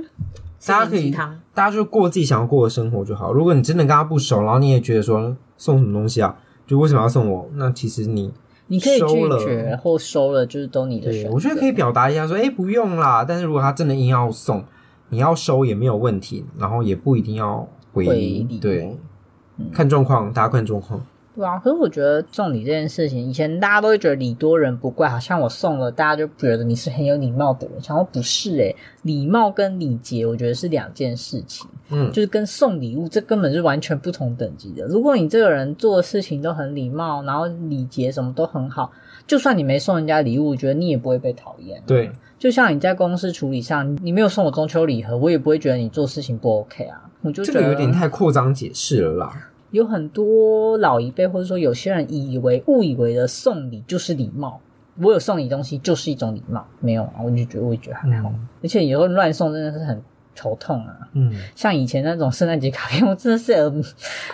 C: 心灵
A: 大家可
C: 鸡
A: 以
C: 汤
A: 大家就过自己想要过的生活就好。如果你真的跟他不熟，然后你也觉得说送什么东西啊，就为什么要送我？那其实你
B: 你可以
A: 收
B: 拒
A: 了
B: 绝或收了，就是都你的选
A: 对
B: 择。
A: 我觉得可以表达一下说，哎、不用啦。但是如果他真的硬要送，你要收也没有问题，然后也不一定要回
B: 回
A: 礼
B: 礼嗯
A: 对，看状况，大家看状况。
B: 对啊，可是我觉得送礼这件事情，以前大家都会觉得礼多人不怪，好像我送了，大家就觉得你是很有礼貌的人。想说不是诶、礼貌跟礼节，我觉得是两件事情，
A: 嗯
B: 就是跟送礼物这根本是完全不同等级的。如果你这个人做的事情都很礼貌，然后礼节什么都很好，就算你没送人家礼物，我觉得你也不会被讨厌。
A: 对，
B: 就像你在公司处理上，你没有送我中秋礼盒，我也不会觉得你做事情不 OK 啊。我就
A: 这
B: 觉
A: 个
B: 得
A: 有点太扩张解释了啦。
B: 有很多老一辈或者说有些人以为误以为的送礼就是礼貌，我有送你东西就是一种礼貌，没有啊，我就觉得我也觉得还好，
A: 嗯
B: 而且有时候乱送真的是很头痛啊。
A: 嗯，
B: 像以前那种圣诞节卡 片，我真的是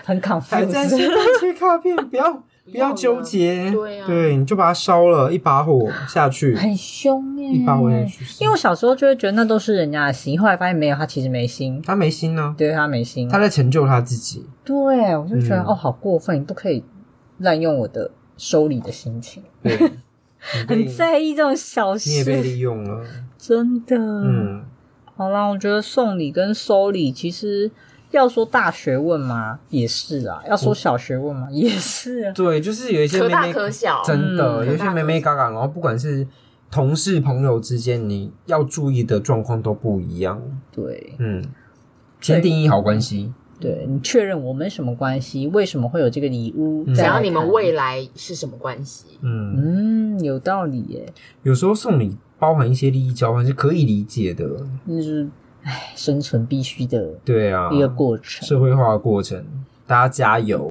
B: 很很
A: 还在圣
B: confused。
A: 诞节卡片，不 要不要纠结，
C: 对啊
A: 你就把它烧了，一把火下去，
B: 很凶耶、
A: 一把火下去，
B: 哎因为我小时候就会觉得那都是人家的心，后来发现没有，他其实没心，
A: 他没心呢、
B: 对他没心，
A: 他在成就他自己。
B: 对我就觉得、
A: 嗯
B: 哦，好过分，你不可以滥用我的收礼的心情，
A: 对，你被
B: 很在意这种小
A: 你也被
B: 事，
A: 利用了。
B: 真的，
A: 嗯，
B: 好啦，我觉得送礼跟收礼，其实要说大学问嘛，也是啊；要说小学问嘛， 也是 啊。
A: 对，就是有一些
C: 可
A: 妹
C: 大
A: 妹
C: 可小，
A: 真的，
B: 嗯
A: 有些妹妹嘎嘎，然后不管是同事朋友之间，你要注意的状况都不一样。
B: 对
A: 嗯，先定义好关系，
B: 对，你确认我们什么关系？为什么会有这个礼物？
A: 嗯
B: 再
C: 想
B: 来
C: 要
B: 看
C: 你们未来是什么关系？
A: 嗯，
B: 嗯，有道理耶。
A: 有时候送礼包含一些利益交换是可以理解的。
B: 那就是唉，生存必须的
A: 对啊，
B: 一个过程。
A: 社会化的过程，大家加油。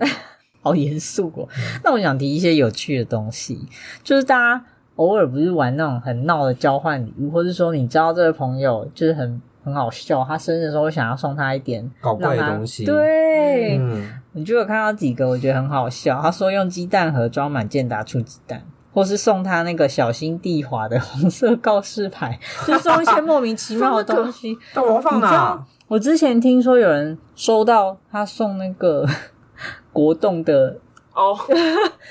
B: 好严肃哦。那我想提一些有趣的东西，就是大家偶尔不是玩那种很闹的交换礼物，或者说你知道这个朋友就是很很好笑，他生日的时候想要送他一点
A: 搞怪的
B: 让他
A: 东西
B: 对，
A: 嗯，
B: 你就有看到几个我觉得很好笑，他说用鸡蛋盒装满健达出鸡蛋。或是送他那个小心地滑的红色告示牌，就是送一些莫名其妙的东西。
A: 但我要 放
B: 你知道
A: 哪？
B: 我之前听说有人收到他送那个国栋的
C: 哦，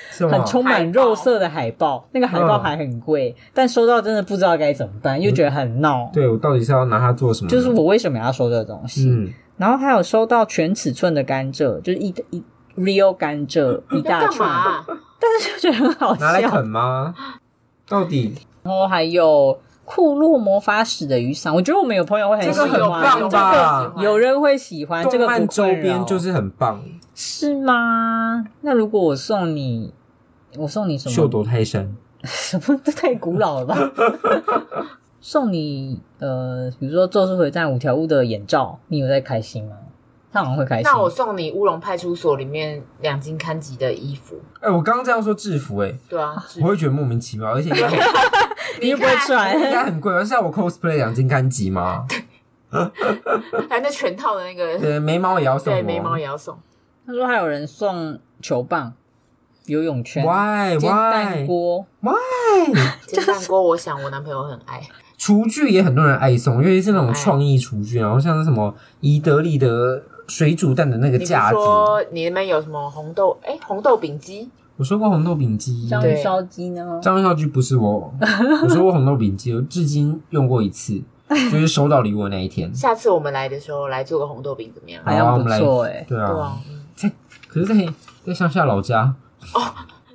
A: 是吗
B: 很？充满肉色的海报，那个海报
A: 嗯
B: 还很贵，但收到真的不知道该怎么办，又觉得很闹。
A: 对我到底是要拿它做什么呢？
B: 就是我为什么要收这个东西？
A: 嗯，
B: 然后还有收到全尺寸的甘蔗，就是一一 real 甘蔗一
C: 要
B: 大
C: 干
B: 串，
C: 嘛？啊
B: 但是就觉得很好
A: 拿来
B: 笑
A: 啃。吗？到底
B: 然后还有库洛魔法使的雨伞，我觉得我们有朋友会很
A: 这
B: 喜
A: 个
B: 欢，
A: 很棒吧
B: 有人会喜欢啊
A: 动
B: 这个不
A: 漫周
B: 困扰
A: 边就是很棒，
B: 是吗？那如果我送你，我送你什么？
A: 秀夺泰山。
B: 什么都太古老了吧？ 送你呃，比如说《咒术回战》五条悟的眼罩，你有在开心吗？他好像会开心。
C: 那我送你乌龙派出所里面两金刊吉的衣服，
A: 哎、我刚刚这样说制服、哎，
C: 对啊，是
A: 我会觉得莫名其妙，而且应该
B: 你又不会穿
A: 应该很贵吧？是要我 cosplay 两金干集吗？
C: 还有那全套的那个，
A: 对，眉毛也要送啊
C: 对，
A: 我，
C: 眉毛也要送，
B: 他说还有人送球棒、游泳圈、
A: Why
B: 煎蛋
A: why
B: 锅，
A: why？
C: 煎蛋锅，我想我男朋友很爱，
A: 厨具也很多人爱送，因为是那种创意厨具，然后像是什么宜得利的水煮蛋的那个
C: 你不
A: 架
C: 是
A: 子，
C: 说你那边有什么红豆？哎，红豆饼机，
A: 我说过红豆饼机，
B: 章
C: 对
B: 鱼烧鸡呢？
A: 张孝居不是我，我说过红豆饼机，我至今用过一次，就是收到礼物的那一天。
C: 下次我们来的时候来做个红豆饼怎么样？
B: 好
A: 好
B: 像
A: 啊，
B: 不
A: 我们来
B: 错欸
A: 对
C: 对
A: 啊
C: 啊，，嗯
A: 可是在在乡下老家，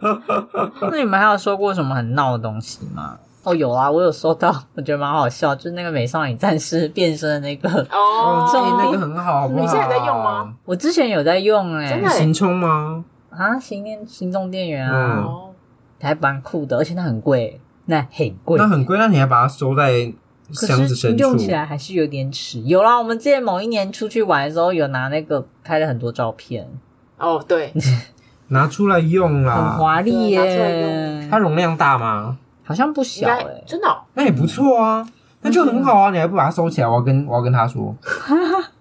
B: 那你们还有收过什么很闹的东西吗？哦，有啊，我有收到， 我觉得蛮好笑，就是那个美少女战士变身的那个，
A: 哦，
B: 这
A: 记
B: 种
C: 哦，
A: 那个很好，好不好
C: 你现在在用吗？
B: 我之前有在用哎、
C: 真的
A: 行充吗？
B: 啊，行电行动电源啊，
A: 嗯
C: 哦
B: 还蛮酷的，而且那很贵，那很贵，
A: 那很贵，那你还把它收在箱
B: 可
A: 子
B: 是
A: 深处
B: 用？起来还是有点迟。有啦，我们之前某一年出去玩的时候，有拿那个拍了很多照片，
C: 哦，对，
A: 拿出来用
B: 很
A: 啦。
B: 华
C: 对
B: 丽
C: 拿出来
B: 耶
C: 用，
A: 它容量大吗？
B: 好像不
C: 应
B: 小哎、
C: 该真的哦
A: 那也不错啊，那就很好啊。你还不把它收起来？我要跟我要跟他说，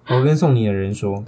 A: 我跟送你的人说，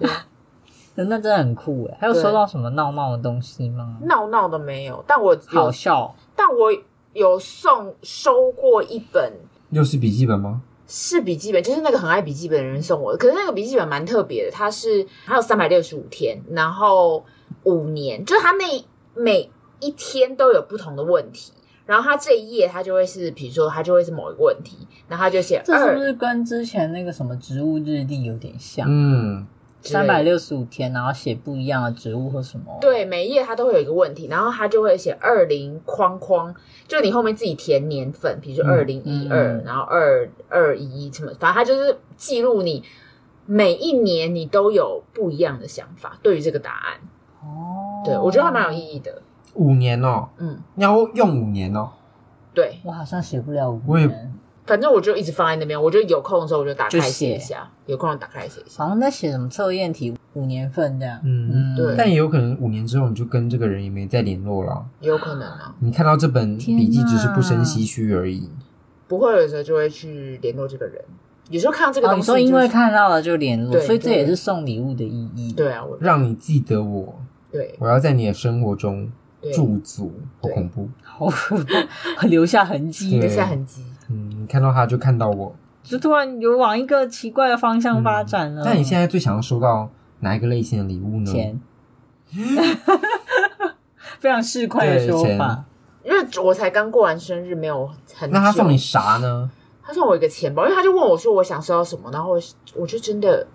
B: 那真的很酷哎、还有
C: 对
B: 收到什么闹闹的东西吗？
C: 闹闹的没有，但我
B: 好
C: 有，
B: 笑，
C: 但我有送收过一本
A: 又是笔记本吗？
C: 是笔记本，就是那个很爱笔记本的人送我的。可是那个笔记本蛮特别的，它是它有三百六十五天，然后五年，就是它那每一天都有不同的问题。然后它这一页它就会是，比如说它就会是某一个问题，然后它就写
B: 这是不
C: 二
B: 是跟之前那个什么植物日历有点像？
A: 嗯，
B: 三百六十五天，然后写不一样的植物或什么？，
C: 对，每一页它都会有一个问题，然后它就会写二零框框，就你后面自己填年份，比如说二零一二
B: 嗯，
C: 然后二二一什么，反正它就是记录你每一年你都有不一样的想法对于这个答案。
B: 哦，
C: 对我觉得还蛮有意义的。
A: 五年哦，
C: 嗯，
A: 你要用五年哦。
C: 对，
B: 我好像写不了五
A: 我也
B: 年，
C: 反正我就一直放在那边，我就有空的时候我就打开
B: 就
C: 写一
B: 写
C: 下，有空就打开写一下。
B: 好像在写什么测验题，五年份这样。
A: 嗯
C: 对
A: 但也有可能五年之后你就跟这个人也没再联络了。
C: 也有可能啊，
A: 你看到这本笔记
B: 天哪
A: 只是不生唏嘘而已。
C: 不会有时候就会去联络这个人，有时候看到这个
B: 哦，
C: 东
B: 你
C: 西、
B: 说因为，看到了就联络，
C: 对
B: 所以这也是送礼物的意义。，
C: 对啊，我
A: 让你记得我，
C: 对
A: 我要在你的生活中
C: 对，
A: 驻足，好
C: 对
A: 恐怖。
B: 好可怕， 留下痕迹
C: 留
A: 对，
C: 下痕迹。
A: 嗯，你看到他就看到我。
B: 就突然有往一个奇怪的方向发展了。
A: 嗯那你现在最想要收到哪一个类型的礼物呢？
B: 钱， 非常市侩的说
A: 嗯对
B: 法
A: 钱。
C: 因为我才刚过完生日，没有很久。
A: 那他送你啥呢？
C: 他送我一个钱包，因为他就问我说我想收到什么，然后我我就真的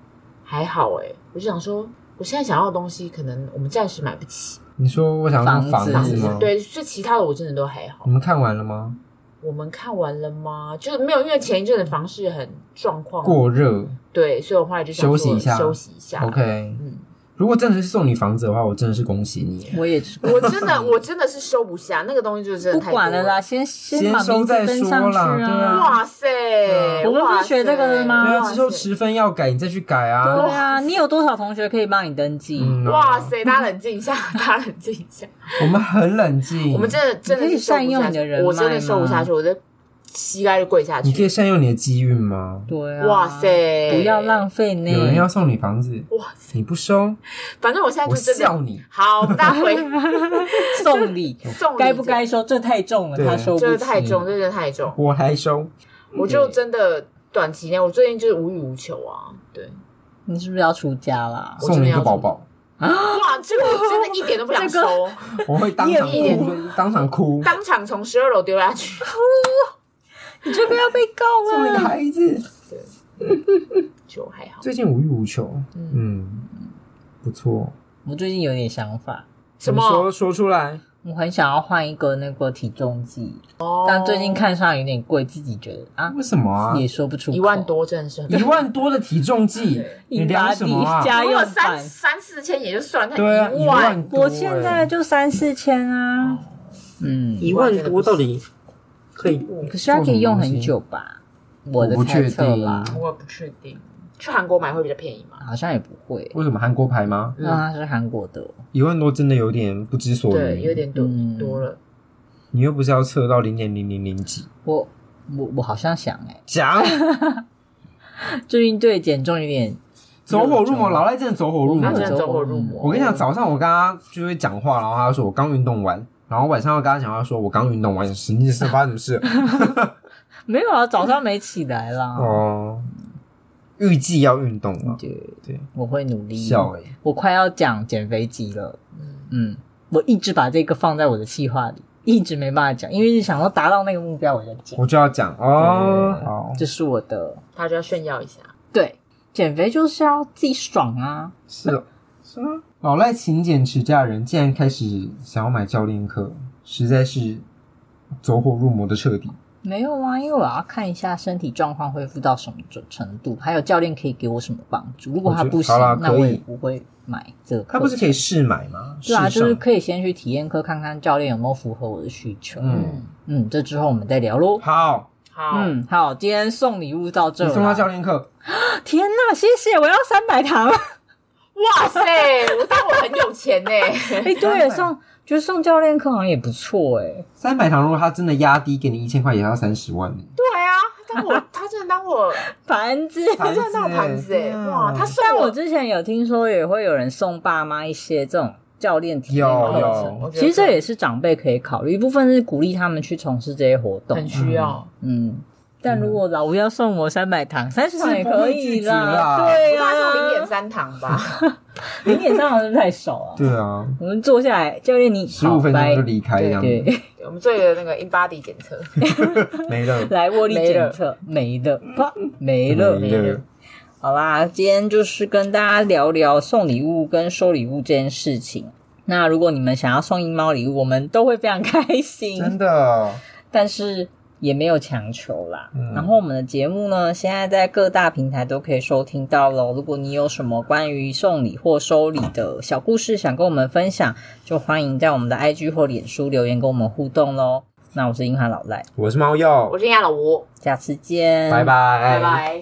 C: 还好哎、我就想说我现在想要的东西可能我们暂时买不起，
A: 你说我想要送
B: 房
A: 房
B: 子
A: 子吗？，嗯
C: 对，所以其他的我真的都还好
A: 你。们看完了吗？
C: 我们看完了吗？就是没有，因为前一阵的房市很状况，
A: 过热
C: 对，所以我后来就想说
A: 休息一下
C: 休息一下。
A: ，OK。
C: 嗯，
A: 如果真的是送你房子的话，我真的是恭喜你。
B: 我也知道，
C: 我真的我真的是收不下那个东西，就是真
B: 不
C: 的太多
B: 管了啦，。先先
A: 先
B: 把
A: 收
B: 名字
A: 再
B: 登
A: 说
B: 上去
A: 啦对啊
C: 哇塞！
A: 嗯
B: 我们不是
C: 哇塞
B: 学这个的吗
A: 对
B: 哇
A: 啊，之后十分要改，你再去改啊。
B: 对啊，你有多少同学可以帮你登记？
A: 嗯啊
C: 哇！塞！大家冷静一下，大家冷静一下。
A: 我们很冷静，
C: 我们真的真的
B: 你可以
C: 是收不
B: 善用
C: 下
B: 你
C: 去
B: 的人脉
C: 我真的收不下去，我的膝盖就跪下
A: 你可
C: 去。
A: 以善用你的机运吗？
B: 对啊，
C: 哇塞
B: 不要浪费呢。
A: 有人要送你房子，
C: 哇塞！
A: 你不收，
C: 反正我现在
A: 我
C: 就真
A: 笑
C: 的
A: 你。
C: 好，大家 回
B: 送礼，
C: 送礼
B: 该不该收？这太重了，
A: 对
B: 他收不
C: 这？
B: 起。
C: 真的太重，这真的太重。
A: 我还收，
C: 我就真的短期内，我最近就是无欲无求啊。对，
B: 你是不是要出家啦？
C: 我真
A: 送
C: 的
A: 你一
C: 要
A: 个宝宝，
C: 哇，这个我真的一点都不想
B: 这个
C: 收，
A: 我会当场
B: 你也
A: 哭，当场哭，
C: 当场从十二楼丢下去。
B: 你这个要被告
A: 送你个
B: 了。
A: 孩子。
C: 就还好，
A: 最近无欲无求，
C: 嗯，
A: 嗯，不错。
B: 我最近有点想法，
C: 什
A: 你
C: 么
A: 说？说出来？
B: 我很想要换一个那个体重计，
C: 哦
B: 但最近看上有点贵，自己觉得啊
A: 为什么啊？
B: 也说不出口
C: 一万，多真的是很
A: 一万多的体重计，你
B: 英达
A: 量什
B: 利
A: 么啊？
B: 家
C: 如
B: 用
C: 果三
B: 版。
C: 三四千也就算了，
A: 对啊，
C: 但
A: 一
C: 一万
A: 万多欸。
B: 我现在就三四千啊，嗯，
D: 一万多到底可以
B: 可是它可以用很久吧？我
A: 我
B: 的
A: 不
B: 猜
A: 确
B: 测啦，
A: 定
C: 我也不确定。去韩国买会比较便宜吗？
B: 好像也不会。
A: 为什么韩国牌
C: 嗯
A: 吗？
B: 那它是韩国的，
A: 一万多真的有点不知所云，
C: 对，有。点多、
B: 嗯
C: 多了。
A: 你又不是要测到零点零零零几？
B: 我我我好像想哎、
A: 讲
B: 最近对减重有点
A: 走火入魔，老赖真的走火入
B: 我
A: 魔
C: 他。真的
B: 走
C: 走
B: 火
C: 火
B: 入
C: 入
B: 魔
C: 魔。
A: 嗯我跟你讲，早上我跟他就会讲话，然后他就说我刚运动完，然后晚上又跟他讲话说我刚运动完，神经是发生什么事？
B: 没有啊，早上没起来啦。
A: 哦，预计要运动了，
B: 对
A: 对，
B: 我会努力。
A: 笑哎、
B: 我快要讲减肥集了，嗯，我一直把这个放在我的计划里，一直没办法讲，因为想要达到那个目标我就讲。
A: 我就要讲哦，
D: 好，
B: 这是我的
C: 他就要炫耀一下。
B: 对减肥就是要自己爽啊，
A: 是哦是吗？老赖勤俭持家的人，竟然开始想要买教练课，实在是走火入魔的彻底。
B: 没有啊，因为我要看一下身体状况恢复到什么程程度，还有教练可以给我什么帮助。如果他不行
A: 我觉得好啦，
B: 那
A: 可以
B: 我也不会买这个课。
A: 他不是可以试买吗？
B: 对啊，
A: 试
B: 就
A: 上
B: 是可以先去体验课看看教练有没有符合我的需求。
A: 嗯，
B: 嗯，这之后我们再聊喽。
A: 好，
C: 好，
B: 嗯，好，今天送礼物到这啊
A: 你
B: 了。
A: 送他教练课，
B: 天哪，谢谢，我要三百堂。
C: 哇塞，我当我很有钱呢、
B: 哎，对，送觉得送教练课好像也不错哎。
A: 三百堂，如果他真的压低给你一千块，也要三十万呢。
C: 对啊，他当我 他真的当我
B: 盘 子，
C: 他真的当我盘子哎、
A: 对啊
C: 哇，他送
B: 但我
C: 我
B: 之前有听说也会有人送爸妈一些这种教练体验
A: 有
B: 课
A: 有
B: 程。其实这也是长辈可以考虑，一部分是鼓励他们去从事这些活动
C: 很。需要。
B: 嗯，但如果老吴要送我三百堂，三十堂
A: 是
B: 也
A: 不会
B: 可以
A: 拒绝啦
B: 对
C: 我大概送零
B: 呀
C: 点、三堂吧，
B: 零点三好像是太少啊。
A: 对啊，
B: 我们坐下来，教练你
A: 十五分钟就
B: 好
A: 离开这
B: 拜
A: 样子，
B: 对，
C: 我们做一个那个 in body 检测，
A: 没了，
B: 来握力
C: 没了
B: 检测，没了，啪，没了，
A: 没了。
B: 好啦，今天就是跟大家聊聊送礼物跟收礼物这件事情。那如果你们想要送樱猫礼物，我们都会非常开
A: 真
B: 心，
A: 的，
B: 但是也没有强求啦。
A: 嗯
B: 然后我们的节目呢，现在在各大平台都可以收听到喽。如果你有什么关于送礼或收礼的小故事想跟我们分享，就欢迎在我们的 IG 或脸书留言跟我们互动喽。那我是樱花老赖，
A: 我是猫鼬，
C: 我是亚老吴，
B: 下次见，
A: 拜拜，
C: 拜拜。